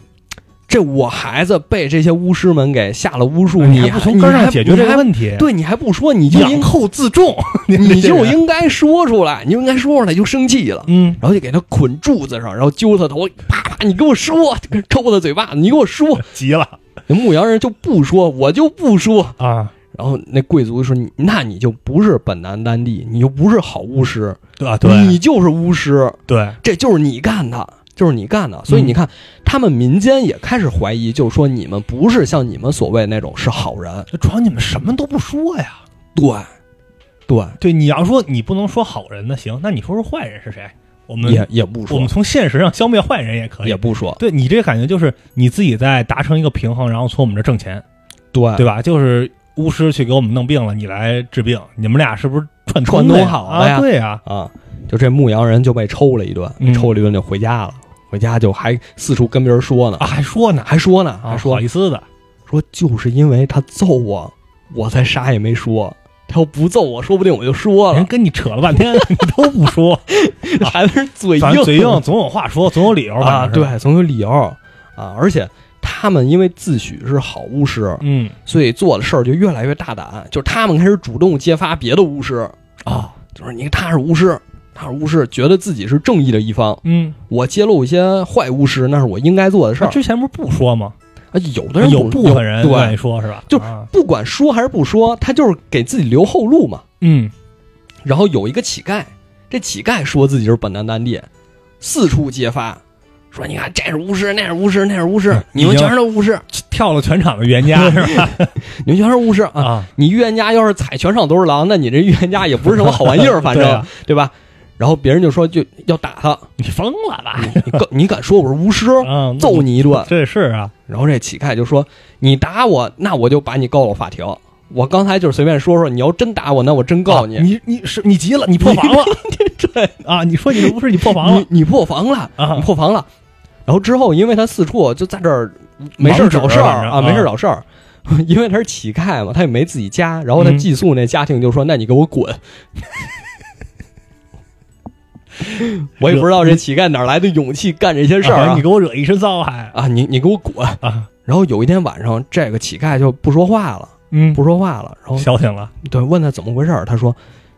这我孩子被这些巫师们给下了巫术，哎你你还不从根儿上解决这个题？问题，对，你还不说，你就应养后自重，你这就人应该说出来，你就应该说出来，就生气了，嗯，然后就给他捆柱子上，然后揪他头，啪啪，你给我说， 抽他嘴巴，你给我说。急了那牧羊人就不说，我就不说。啊，然后那贵族就说：“你那你就不是本南丹帝，你就不是好巫师，对啊，你就是巫师，对，这就是你干的，就是你干的。”所以你看，他们民间也开始怀疑，就是说你们不是像你们所谓那种是好人。主要你们什么都不说呀。对，对，对，你要说你不能说好人呢，行，那你说说坏人是谁？我们也也不我说们，从现实上消灭坏人也可以也。不说，对你这感觉就是你自己在达成一个平衡，然后从我们这挣钱，对对吧？就是巫师去给我们弄病了，你来治病，你们俩是不是串串通通了呀好了呀啊？对呀，啊，就这牧羊人就被抽了一顿，嗯抽了一顿就回家了，回家就还四处跟别人说呢，啊还说呢，还说呢，啊还说好意思的，说就是因为他揍我，我才啥也没说。他要不揍我，说不定我就说人了。跟你扯了半天，你都不说，还是 嘴啊反正硬，嘴硬，总有话说，总有理由啊，，反正是对，总有理由啊。而且他们因为自诩是好巫师，嗯所以做的事儿就越来越大胆，就是他们开始主动揭发别的巫师，啊，就是你看他是巫师，他是巫师，觉得自己是正义的一方。嗯，我揭露一些坏巫师，那是啊我应该做的事那儿。之前不是不说吗？啊，有的人啊有不部分人愿意对，说是吧？就啊不管说还是不说，他就是给自己留后路嘛。嗯，然后有一个乞丐，这乞丐说自己是本南丹帝，四处揭发，说你看这是巫师，那是巫师，那是巫师嗯，你们已经全是巫师，跳了全场的冤家是吧？你们全是巫师啊！啊，你预言家要是踩全场都是狼，那你这预言家也不是 什么好玩意儿，反对正啊对吧？然后别人就说就要打他，你疯了吧？你敢你敢说我是巫师，嗯，揍你一顿。这是啊，然后这乞丐就说：“你打我，那我就把你告了法庭。我刚才就是随便说说，你要真打我，那我真告啊你。你你是你急了，你破防 了，对，啊！你说你不是你破防了你你破防了，啊你破防了。然后之后，因为他四处就在这儿没事儿找事忙儿着啊，啊没事儿找事儿。 因为他是乞丐嘛，他也没自己家，然后他嗯寄宿那家庭就说：“那你给我 滚！”我也不知道这乞丐哪儿来的勇气干这些事儿啊啊你！给我惹一身骚害啊，你你给我滚！啊！然后有一天晚上，这个乞丐就不说话了，嗯，不说话了。然后消停了，对，问他怎么回事儿，他说：“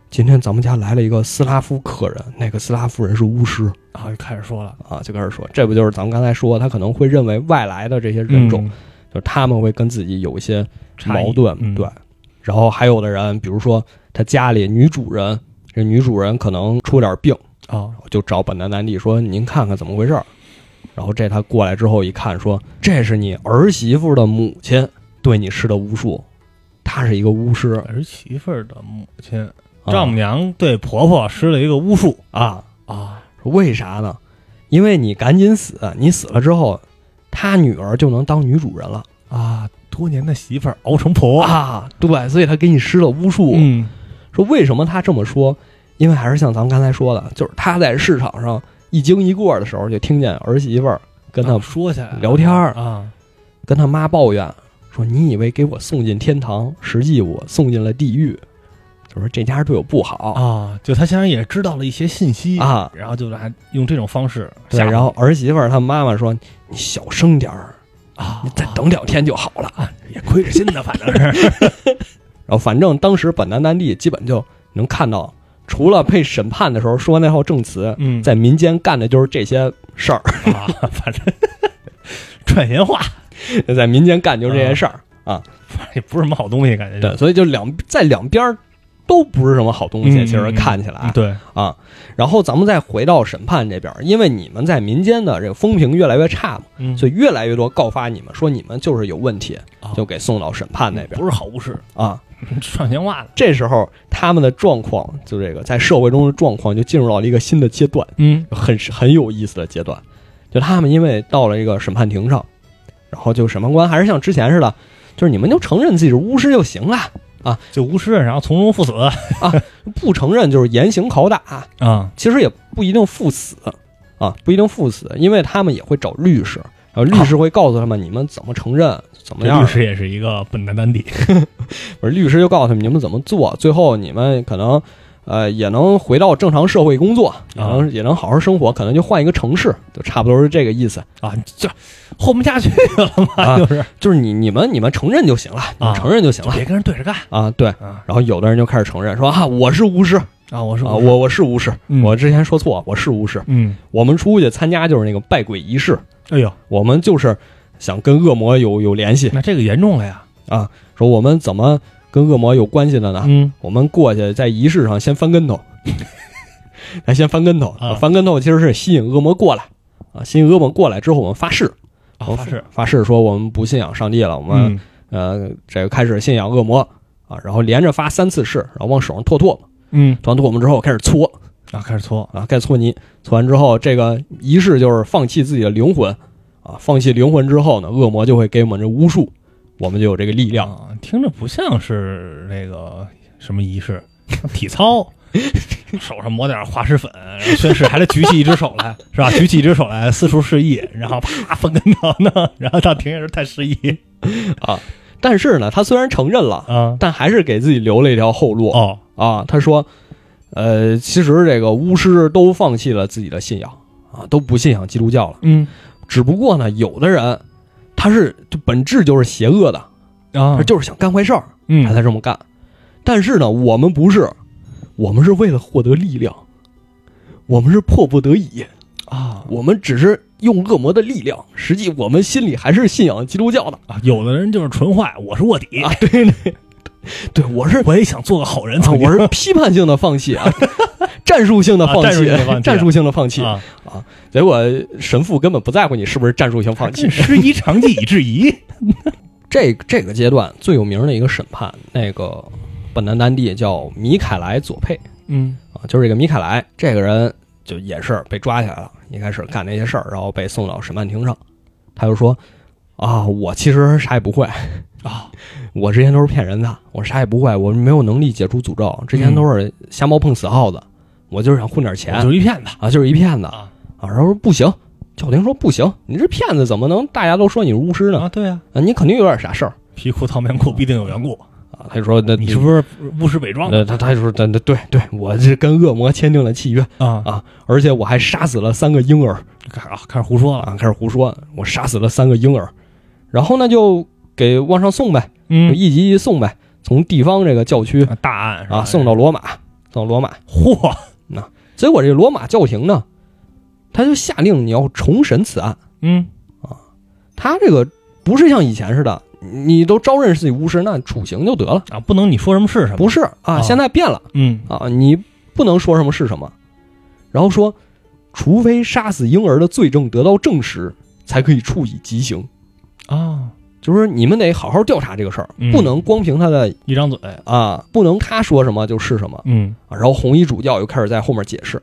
今天咱们家来了一个斯拉夫客人，那个斯拉夫人是巫师。”然后就开始说了，啊，就开始说，这不就是咱们刚才说，他可能会认为外来的这些人种，嗯就是他们会跟自己有一些差异矛盾，嗯对。然后还有的人，比如说他家里女主人，这女主人可能出点病，啊，就找本南南帝说：“您看看怎么回事儿。”然后这他过来之后一看，说：“这是你儿媳妇的母亲对你施的巫术，她是一个巫师，儿媳妇儿的母亲啊丈母娘对婆婆施了一个巫术啊，啊，说为啥呢？因为你赶紧死，你死了之后，他女儿就能当女主人了。”啊，多年的媳妇儿熬成婆，啊，对，所以他给你施了巫术。嗯说为什么他这么说？因为还是像咱们刚才说的，就是他在市场上一经一过的时候，就听见儿媳妇儿跟他、啊说起来了聊天儿啊，跟他妈抱怨说：“你以为给我送进天堂，实际我送进了地狱。”就说这家对我不好啊，就他现在也知道了一些信息，啊。然后就来用这种方式对，吓唬你，然后儿媳妇儿他妈妈说：“你小声点儿，啊你，再等两天就好了。啊，也亏着心呢，反 正是然后反正当时本南南地基本就能看到，除了被审判的时候说那套证词，嗯，在民间干的就是这些事儿， 啊，反正 赚闲话在民间干就是这些事儿。也不是什么好东西，感觉就对，所以就两在两边儿都不是什么好东西，嗯其实看起嗯来对，啊。然后咱们再回到审判这边儿，因为你们在民间的这个风评越来越差嘛，嗯所以越来越多告发你们说你们就是有问题啊，就给送到审判那边不是好巫 师，儿啊。串闲话了，这时候他们的状况，就这个在社会中的状况，就进入到了一个新的阶段。嗯很很有意思的阶段，就他们因为到了一个审判庭上，然后就审判官还是像之前似的，就是你们就承认自己是巫师就行了，就巫师，然后从中赴死不承认就是严刑拷打，啊，其实也不一定赴死啊，不一定赴死，因为他们也会找律师，然后律师会告诉他们你们怎么承认，怎么这样啊律，师也是一个本南丹地，不是律师就告诉他们你们怎么做，最后你们可能。呃，也能回到正常社会工作，也啊能也能好好生活，可能就换一个城市，就差不多是这个 意思。啊，这混不下去了嘛，啊就是就是你你们你们承认就行了，你们承认就行啊就了别跟人对着干啊对，啊然后有的人就开始承认说啊，我是巫师啊，啊！我说我我是巫师，嗯我之前说错，我是巫师。嗯，我们出去参加就是那个拜鬼仪式，哎呦，我们就是想跟恶魔有有联系，那这个严重了呀！啊，说我们怎么跟恶魔有关系的呢？嗯我们过去在仪式上先翻跟头， 咱先翻跟头啊翻跟头其实是吸引恶魔过来啊，吸引恶魔过来之后，我们发誓，啊我们发誓发誓说我们不信仰上帝了，我们、嗯呃这个开始信仰恶魔啊，然后连着发三次誓，然后往手上唾唾沫，嗯吐完唾沫之后开始搓啊，开始搓啊，开始搓泥，搓完之后这个仪式就是放弃自己的灵魂啊，放弃灵魂之后呢，恶魔就会给我们这巫术，我们就有这个力量。啊，听着不像是那个什么仪式，像体 操，手上抹点滑石粉，然后宣誓还得举起一只手 来，是吧？举起一只手来四处示意，然后啪翻跟头呢， 然后到庭院时太示意但是呢，他虽然承认了，啊，但还是给自己留了一条后路哦啊。他说，呃，其实这个巫师都放弃了自己的信仰啊，都不信仰基督教了。嗯只不过呢，有的人他是就本质就是邪恶的，啊他就是想干坏事儿，他嗯才这么干。但是呢，我们不是，我们是为了获得力量，我们是迫不得已，啊我们只是用恶魔的力量，实际我们心里还是信仰基督教的啊，有的人就是纯坏，我是卧底，啊。对对，对我是哎我也想做个好人，啊，曾经我是批判性的放弃啊， 战术性的放啊战术弃性的放，弃战术性的放弃。啊，结果神父根本不在乎你是不是战术性放弃。师夷长技以制夷，这这个阶段最有名的一个审判，那个本南丹地叫米凯莱佐佩 嗯啊，就是这个米凯莱这个人就也是被抓起来了，一开始干那些事儿，然后被送到审判庭上，他就说啊，我其实啥也不会，啊我之前都是骗人的，我啥也不会，我没有能力解除诅咒，之前都是瞎猫碰死耗子，我就是想混点钱嗯我，就是一骗子啊，就是一骗子啊。啊然后说不行，教廷说不行，你这骗子怎么能大家都说你是巫师呢？啊，对啊，啊，你肯定有点啥事儿皮裤套棉裤必定有缘故，啊。他就说那你是不是巫师伪装的那他他就说那那对对，我这跟恶魔签订了契约，啊而且我还杀死了三个婴儿开始啊，开始胡说了。啊，开始胡说，我杀死了三个婴儿，然后呢就给往上送呗，就嗯，哎一级一级送呗，从地方这个教区大案是吧哎啊送到罗马，送到罗马。嚯，结果这罗马教廷呢，他就下令你要重审此案。嗯他这个不是像以前似的，你都招认自己巫师，那处刑就得了。啊，不能你说什么是什么，不是啊，哦现在变了嗯啊，你不能说什么是什么，然后说，除非杀死婴儿的罪证得到证实，才可以处以极刑。啊，就是你们得好好调查这个事儿，嗯不能光凭他的一张嘴，啊，不能他说什么就是什么。嗯啊然后红衣主教又开始在后面解释，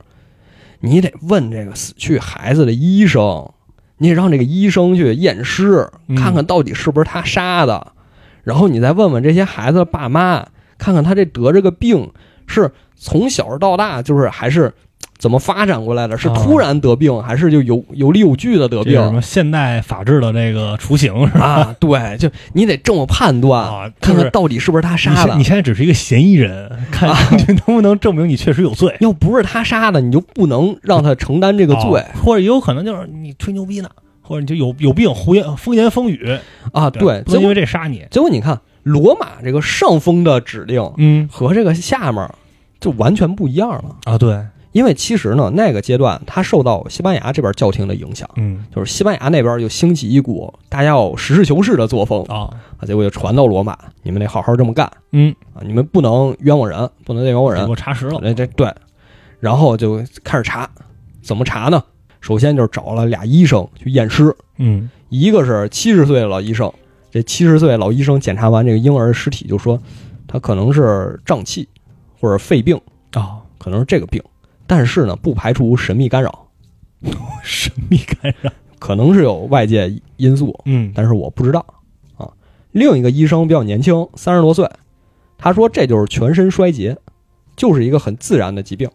你得问这个死去孩子的医生，你得让这个医生去验尸，嗯看看到底是不是他杀的，然后你再问问这些孩子的爸妈，看看他这得这个病是从小到大就是还是。怎么发展过来的？是啊突然得病，还是就有有理有据的得这是什病么现代法治的这个雏形是吧？啊？对，就你得这么判断，啊，看就是看到底是不是他你杀啊现的你。现在只是一个嫌疑人，看上去能不能证明你确实有罪。要不是他杀的，你就不能让他承担这个罪。啊或者也有可能就是你吹牛逼呢，或者你就有有病胡言风言风语，啊，对，哦不能因为这杀你。结果你看，罗马这个上峰的指令嗯和这个下面儿就完全不一样了。啊，对，因为其实呢，那个阶段它受到西班牙这边教廷的影响，嗯就是西班牙那边就兴起一股大家要实事求是的作风啊，啊，结果就传到罗马，你们得好好这么干嗯，啊，你们不能冤枉人，不能再冤枉给人。我查实了，这这对，然后就开始查，怎么查呢？首先就是找了俩医生去验尸，嗯一个是七十岁的老医生，这七十岁老医生检查完这个婴儿的尸体，就说他可能是胀气或者肺病，啊，可能是这个病，但是呢，不排除神秘干扰，神秘干扰，可能是有外界因素，嗯但是我不知道啊。另一个医生比较年轻，三十多岁，他说这就是全身衰竭，就是一个很自然的疾病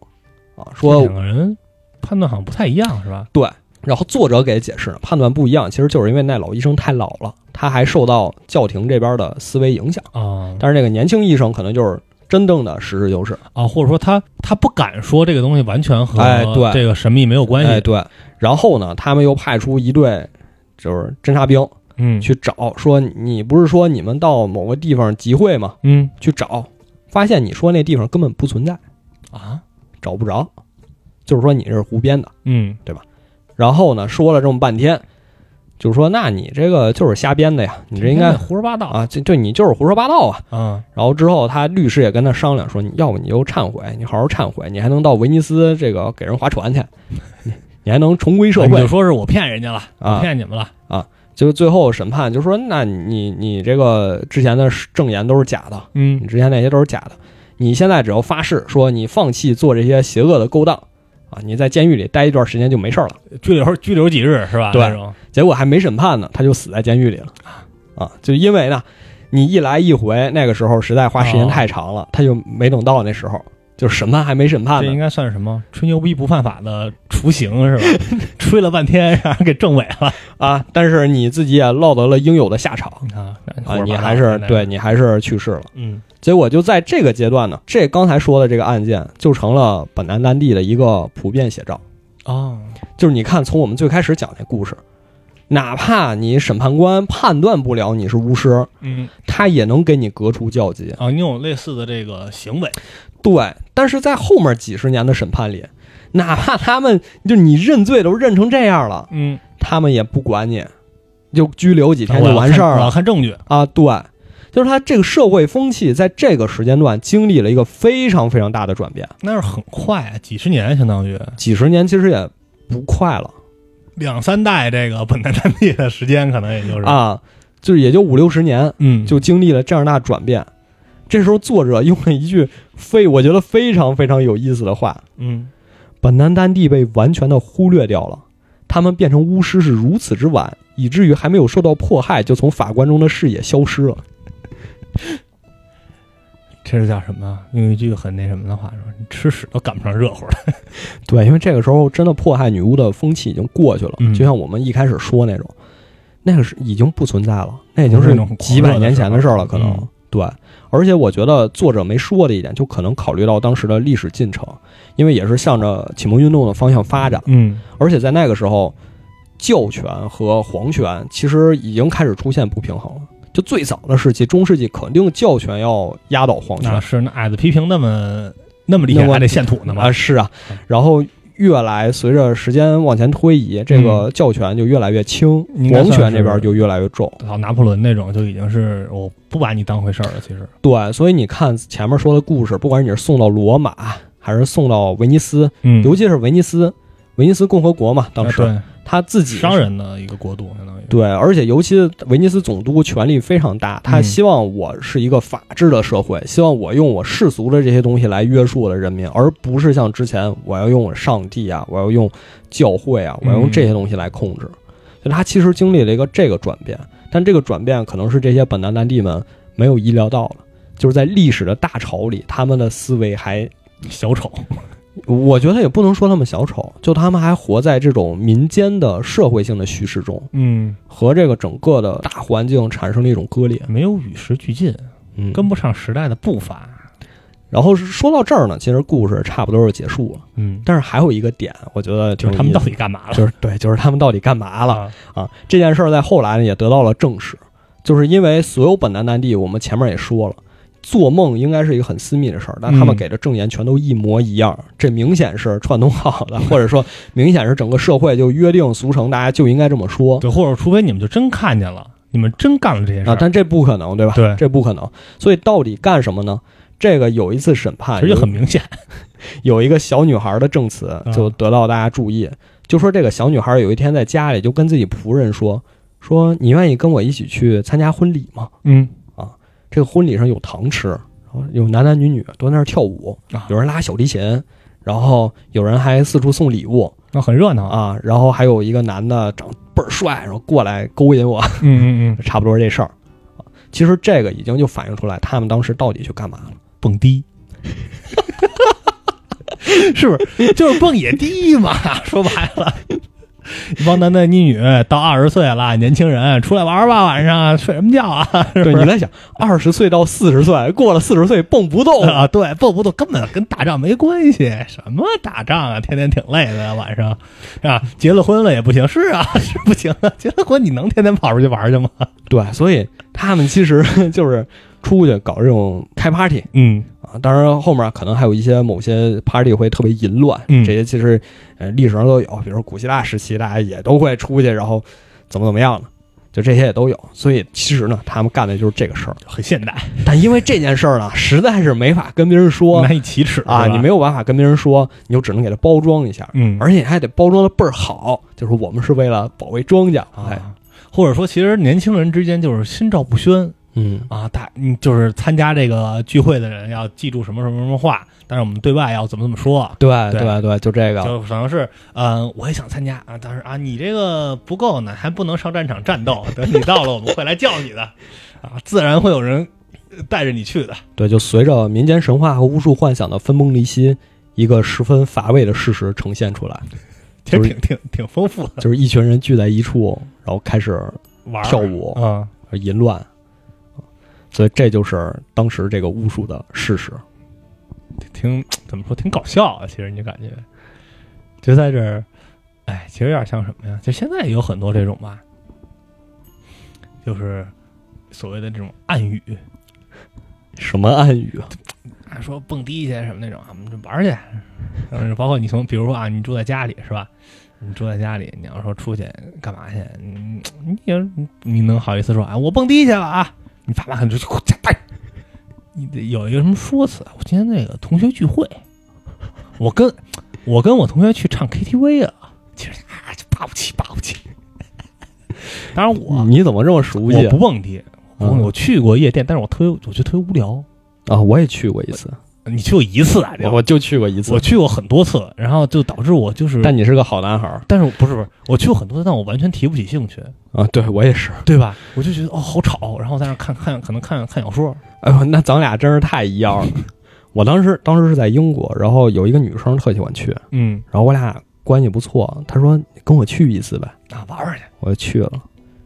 啊。这说两个人判断好像不太一样，是吧？对，然后作者给解释呢，判断不一样，其实就是因为那老医生太老了，他还受到教廷这边的思维影响。啊，但是这个年轻医生可能就是真正的实事求是。啊，或者说他他不敢说这个东西完全和哎对这个神秘没有关系，哎，对。然后呢，他们又派出一队就是侦察兵嗯去找，说你不是说你们到某个地方集会吗？嗯去找，发现你说那地方根本不存在，啊找不着，就是说你是胡编的。嗯然后呢，说了这么半天，就是说，那你这个就是瞎编的呀，你这应该胡说八道啊，这对你就是胡说八道啊。啊然后之后，他律师也跟他商量说，你要不你就忏悔，你好好忏悔，你还能到威尼斯这个给人划船去， 你你还能重归社你会就说是我骗人家了，我啊。骗你们了，就最后审判就说，那你你这个之前的证言都是假的，嗯你之前那些都是假的，你现在只要发誓说你放弃做这些邪恶的勾当啊，你在监狱里待一段时间就没事儿了。拘留拘留几日是吧？对那种结果还没审判呢，他就死在监狱里了。啊，就因为呢，你一来一回，那个时候实在花时间太长了，他就没等到那时候，就审判还没审判这应呢。该算是什么吹牛逼不犯法的雏 形是吧？吹了半天让人给证伪了啊，但是你自己也落得了应有的下场啊啊，你还是对你还是去世了。嗯结果就在这个阶段呢，这刚才说的这个案件就成了本南丹地的一个普遍写照。哦就是你看，从我们最开始讲那故事，哪怕你审判官判断不了你是巫师，嗯他也能给你革除教籍。啊，你有类似的这个行为对，但是在后面几十年的审判里，哪怕他们就你认罪都认成这样了，嗯，他们也不管你，就拘留几天我就要完事儿看我要了看证据啊！对，就是他这个社会风气在这个时间段经历了一个非常非常大的转变，那是很快啊，几十年相当于几十年其实也不快了两三代这个本南丹地的时间，可能也就是，啊，就是也就五六十年嗯，就经历了这样大转变。这时候，作者用了一句非我觉得非常非常有意思的话，嗯本南丹地被完全的忽略掉了。他们变成巫师是如此之晚，以至于还没有受到迫害，就从法官中的视野消失了。这是叫什么？用一句很那什么的话说，你吃屎都赶不上热乎了。对，因为这个时候真的迫害女巫的风气已经过去了，嗯就像我们一开始说那种，那个是已经不存在了，那已经不是是那种几百年前的事儿了，狂可热的嗯能、事儿对。而且我觉得作者没说的一点，就可能考虑到当时的历史进程，因为也是向着启蒙运动的方向发展，嗯而且在那个时候，教权和皇权其实已经开始出现不平衡了。就最早的时期，中世纪肯定教权要压倒皇权啊那是那矮子批评那么那么厉害，那我还得献土呢嘛啊，。是啊嗯。然后越来随着时间往前推移，这个教权就越来越轻，应该皇权算是这边就越来越重。老拿破仑那种就已经是我不把你当回事儿了，其实，对，所以你看前面说的故事，不管你是送到罗马还是送到威尼斯，嗯尤其是威尼斯，威尼斯共和国嘛，当时啊他自己对商人的一个国度，相当于，对，而且尤其威尼斯总督权力非常大，他嗯希望我是一个法治的社会，希望我用我世俗的这些东西来约束我的人民，而不是像之前我要用我上帝啊，我要用教会啊，我要用这些东西来控制。所以他其实经历了一个这个转变，但这个转变可能是这些本南南地们没有意料到的，就是在历史的大潮里，他们的思维还。小丑，我觉得也不能说他们小丑，就他们还活在这种民间的社会性的叙事中，嗯，和这个整个的大环境产生了一种割裂，没有与时俱进，嗯跟不上时代的步伐，然后说到这儿呢，其实故事差不多就结束了，嗯，但是还有一个点，我觉得就是他挺有意们思到底干嘛了？就是对，就是他们到底干嘛了啊，啊？这件事儿在后来呢也得到了证实，就是因为所有本南南地，我们前面也说了。做梦应该是一个很私密的事儿，但他们嗯给的证言全都一模一样，这明显是串通好的，或者说明显是整个社会就约定俗成，大家就应该这么说对，或者除非你们就真看见了，你们真干了这些事啊儿，。但这不可能，对吧？对，这不可能。所以到底干什么呢？这个有一次审判，其实就有很明啊显，有一个小女孩的证词就得到大家注意，就说这个小女孩有一天在家里就跟自己仆人说：“说你愿意跟我一起去参加婚礼吗？嗯这个婚礼上有糖吃，然后有男男女女都在那儿跳舞啊，有人拉小提琴，然后有人还四处送礼物那很热闹，啊，然后还有一个男的长倍儿帅，然后过来勾引我， 嗯嗯嗯，差不多是这事儿。”啊其实这个已经就反映出来他们当时到底去干嘛了。蹦 迪， 是不是？就是蹦野迪嘛，说白了，一帮男男女女到二十岁了，年轻人出来玩儿吧，晚上睡什么觉啊？是不对是你在想，二十岁到四十岁，过了四十岁蹦不动，啊，对，不不不，根本跟打仗没关系，什么打仗啊，天天挺累的，晚上是吧？结了婚了也不行，是啊，是不行啊，结了婚你能天天跑出去玩儿去吗？对，所以他们其实 就是出去搞这种开 party 嗯啊，当然后面可能还有一些某些 party 会特别淫乱，嗯这些其实呃历史上都有，比如说古希腊时期大家也都会出去，然后怎么怎么样的，就这些也都有。所以其实呢，他们干的就是这个事儿，很现代，但因为这件事儿呢，实在是没法跟别人说难以启齿啊，是吧你没有办法跟别人说，你就只能给它包装一下。嗯，而且还得包装的倍儿好，就是我们是为了保卫庄稼，哎，啊，或者说其实年轻人之间就是心照不宣嗯，啊，大嗯就是参加这个聚会的人要记住什么什么什么话，但是我们对外要怎么怎么说。对对对对，就这个，就可能是，嗯、我也想参加啊，但是啊，你这个不够呢，还不能上战场战斗。等你到了，我们会来叫你的，啊，自然会有人呃带着你去的。对，就随着民间神话和巫术幻想的分崩离析，一个十分乏味的事实呈现出来，其实就是挺挺挺丰富的，就是一群人聚在一处，然后开始玩儿跳舞啊、淫乱，所以这就是当时这个巫术的事实。挺怎么说，挺搞笑啊。其实你就感觉，就在这儿，哎，其实有点像什么呀？就现在也有很多这种吧，就是所谓的这种暗语，什么暗语啊？啊，说蹦迪去什么那种，啊我们就玩儿去。嗯，包括你从，比如说啊，你住在家里是吧？你住在家里，你要说出去干嘛去？你你你你能好意思说啊，我蹦迪去了啊？你爸妈可能就去给我加班。你得有一个什么说辞啊？我今天那个同学聚会，我跟我跟我同学去唱 KTV 了，其实啊，就拔不起，拔不起。当然我你怎么这么熟悉啊我不蹦迪，我嗯我去过夜店，但是我特别我觉得特别无聊。啊？我也去过一次，你去过一次啊？这个我就去过一次我。去过很多次，然后就导致我就是，但你是个好男孩儿但是我不是不是，我去过很多次，但我完全提不起兴趣，啊！对我也是。对吧？我就觉得哦，好吵，然后在那看看，可能看看小说，哎呦，那咱俩真是太一 样了。我当时当时是在英国，然后有一个女生特喜欢去，嗯，然后我俩关系不错，她说跟我去一次呗，啊，玩玩去，我就去了。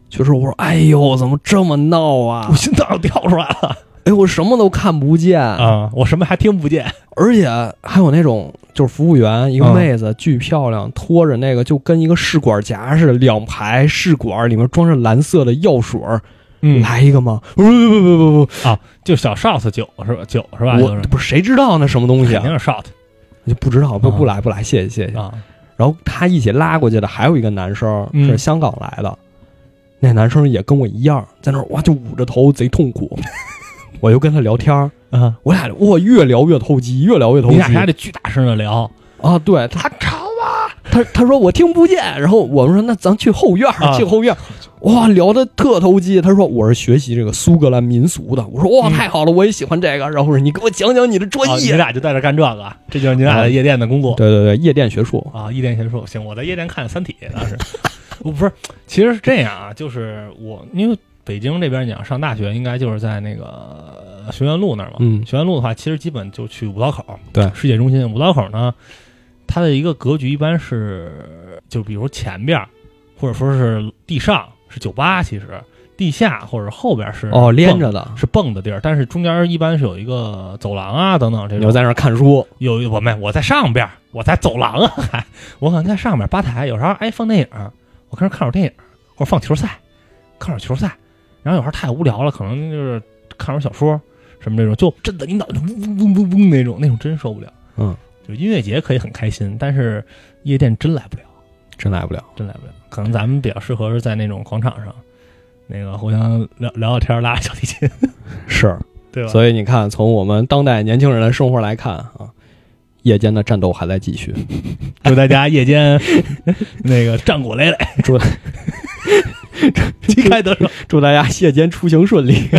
去时候我说：“哎呦，怎么这么闹啊我？心脏都跳出来了哎，我什么都看不见，啊，我什么还听不见，而且还有那种就是服务员，一个嗯妹子巨漂亮，拖着那个就跟一个试管夹似的，两排试管里面装着蓝色的药水儿，嗯来一个吗？不不不不不不，啊，就小 shot 酒是吧？酒是吧？就我是不是谁知道那什么东西肯啊？定是 shot 就不知道，不啊不来不来，谢谢谢谢。”啊，然后他一起拉过去的还有一个男生嗯是香港来的，那男生也跟我一样，在那儿哇就捂着头贼痛苦， 我就跟他聊天儿，啊，我俩哇越聊越投机，越聊越投你机俩还得巨大声的聊啊！对他吵啊，他他说我听不见，然后我们说那咱去后院儿，啊去后院儿，哇聊的特投机。他说我是学习这个苏格兰民俗的，我说哇嗯太好了，我也喜欢这个。然后我说你给我讲讲你的啊，专你业，俩就在这干这个，这就是你俩啊在夜店的工作，对对对，夜店学术，啊，夜店先说，行，我在夜店看《三体》当时，我不是，其实是这样啊，就是我因为北京这边你要上大学，应该就是在那个呃学院路那儿嘛。嗯学院路的话，其实基本就去五道口，对世界中心。五道口呢，它的一个格局一般是，就比如前边儿或者说是地上是酒吧，其实地下或者后边是哦连蹦着的，是蹦的地儿，但是中间一般是有一个走廊啊等等这你种就。在那儿看书，有我没，我在上边儿，我在走廊啊， 还我可能在上边儿吧台，有时候哎放电影儿，我跟着看会儿电影儿，或者放球赛，看会儿球赛，然后有时候太无聊了，可能就是看会儿小说什么这种，就真的你脑袋嗡嗡嗡嗡那种，那种真受不了。嗯，就音乐节可以很开心，但是夜店真来不了，真来不了。真来不了。可能咱们比较适合是在那种广场上，那个互相聊聊聊天儿，拉拉小提琴，是，对吧？所以你看，从我们当代年轻人的生活来看啊，夜间的战斗还在继续。 祝大家夜间 那个战果累累， 祝旗开得胜。祝大家夜间出行顺利。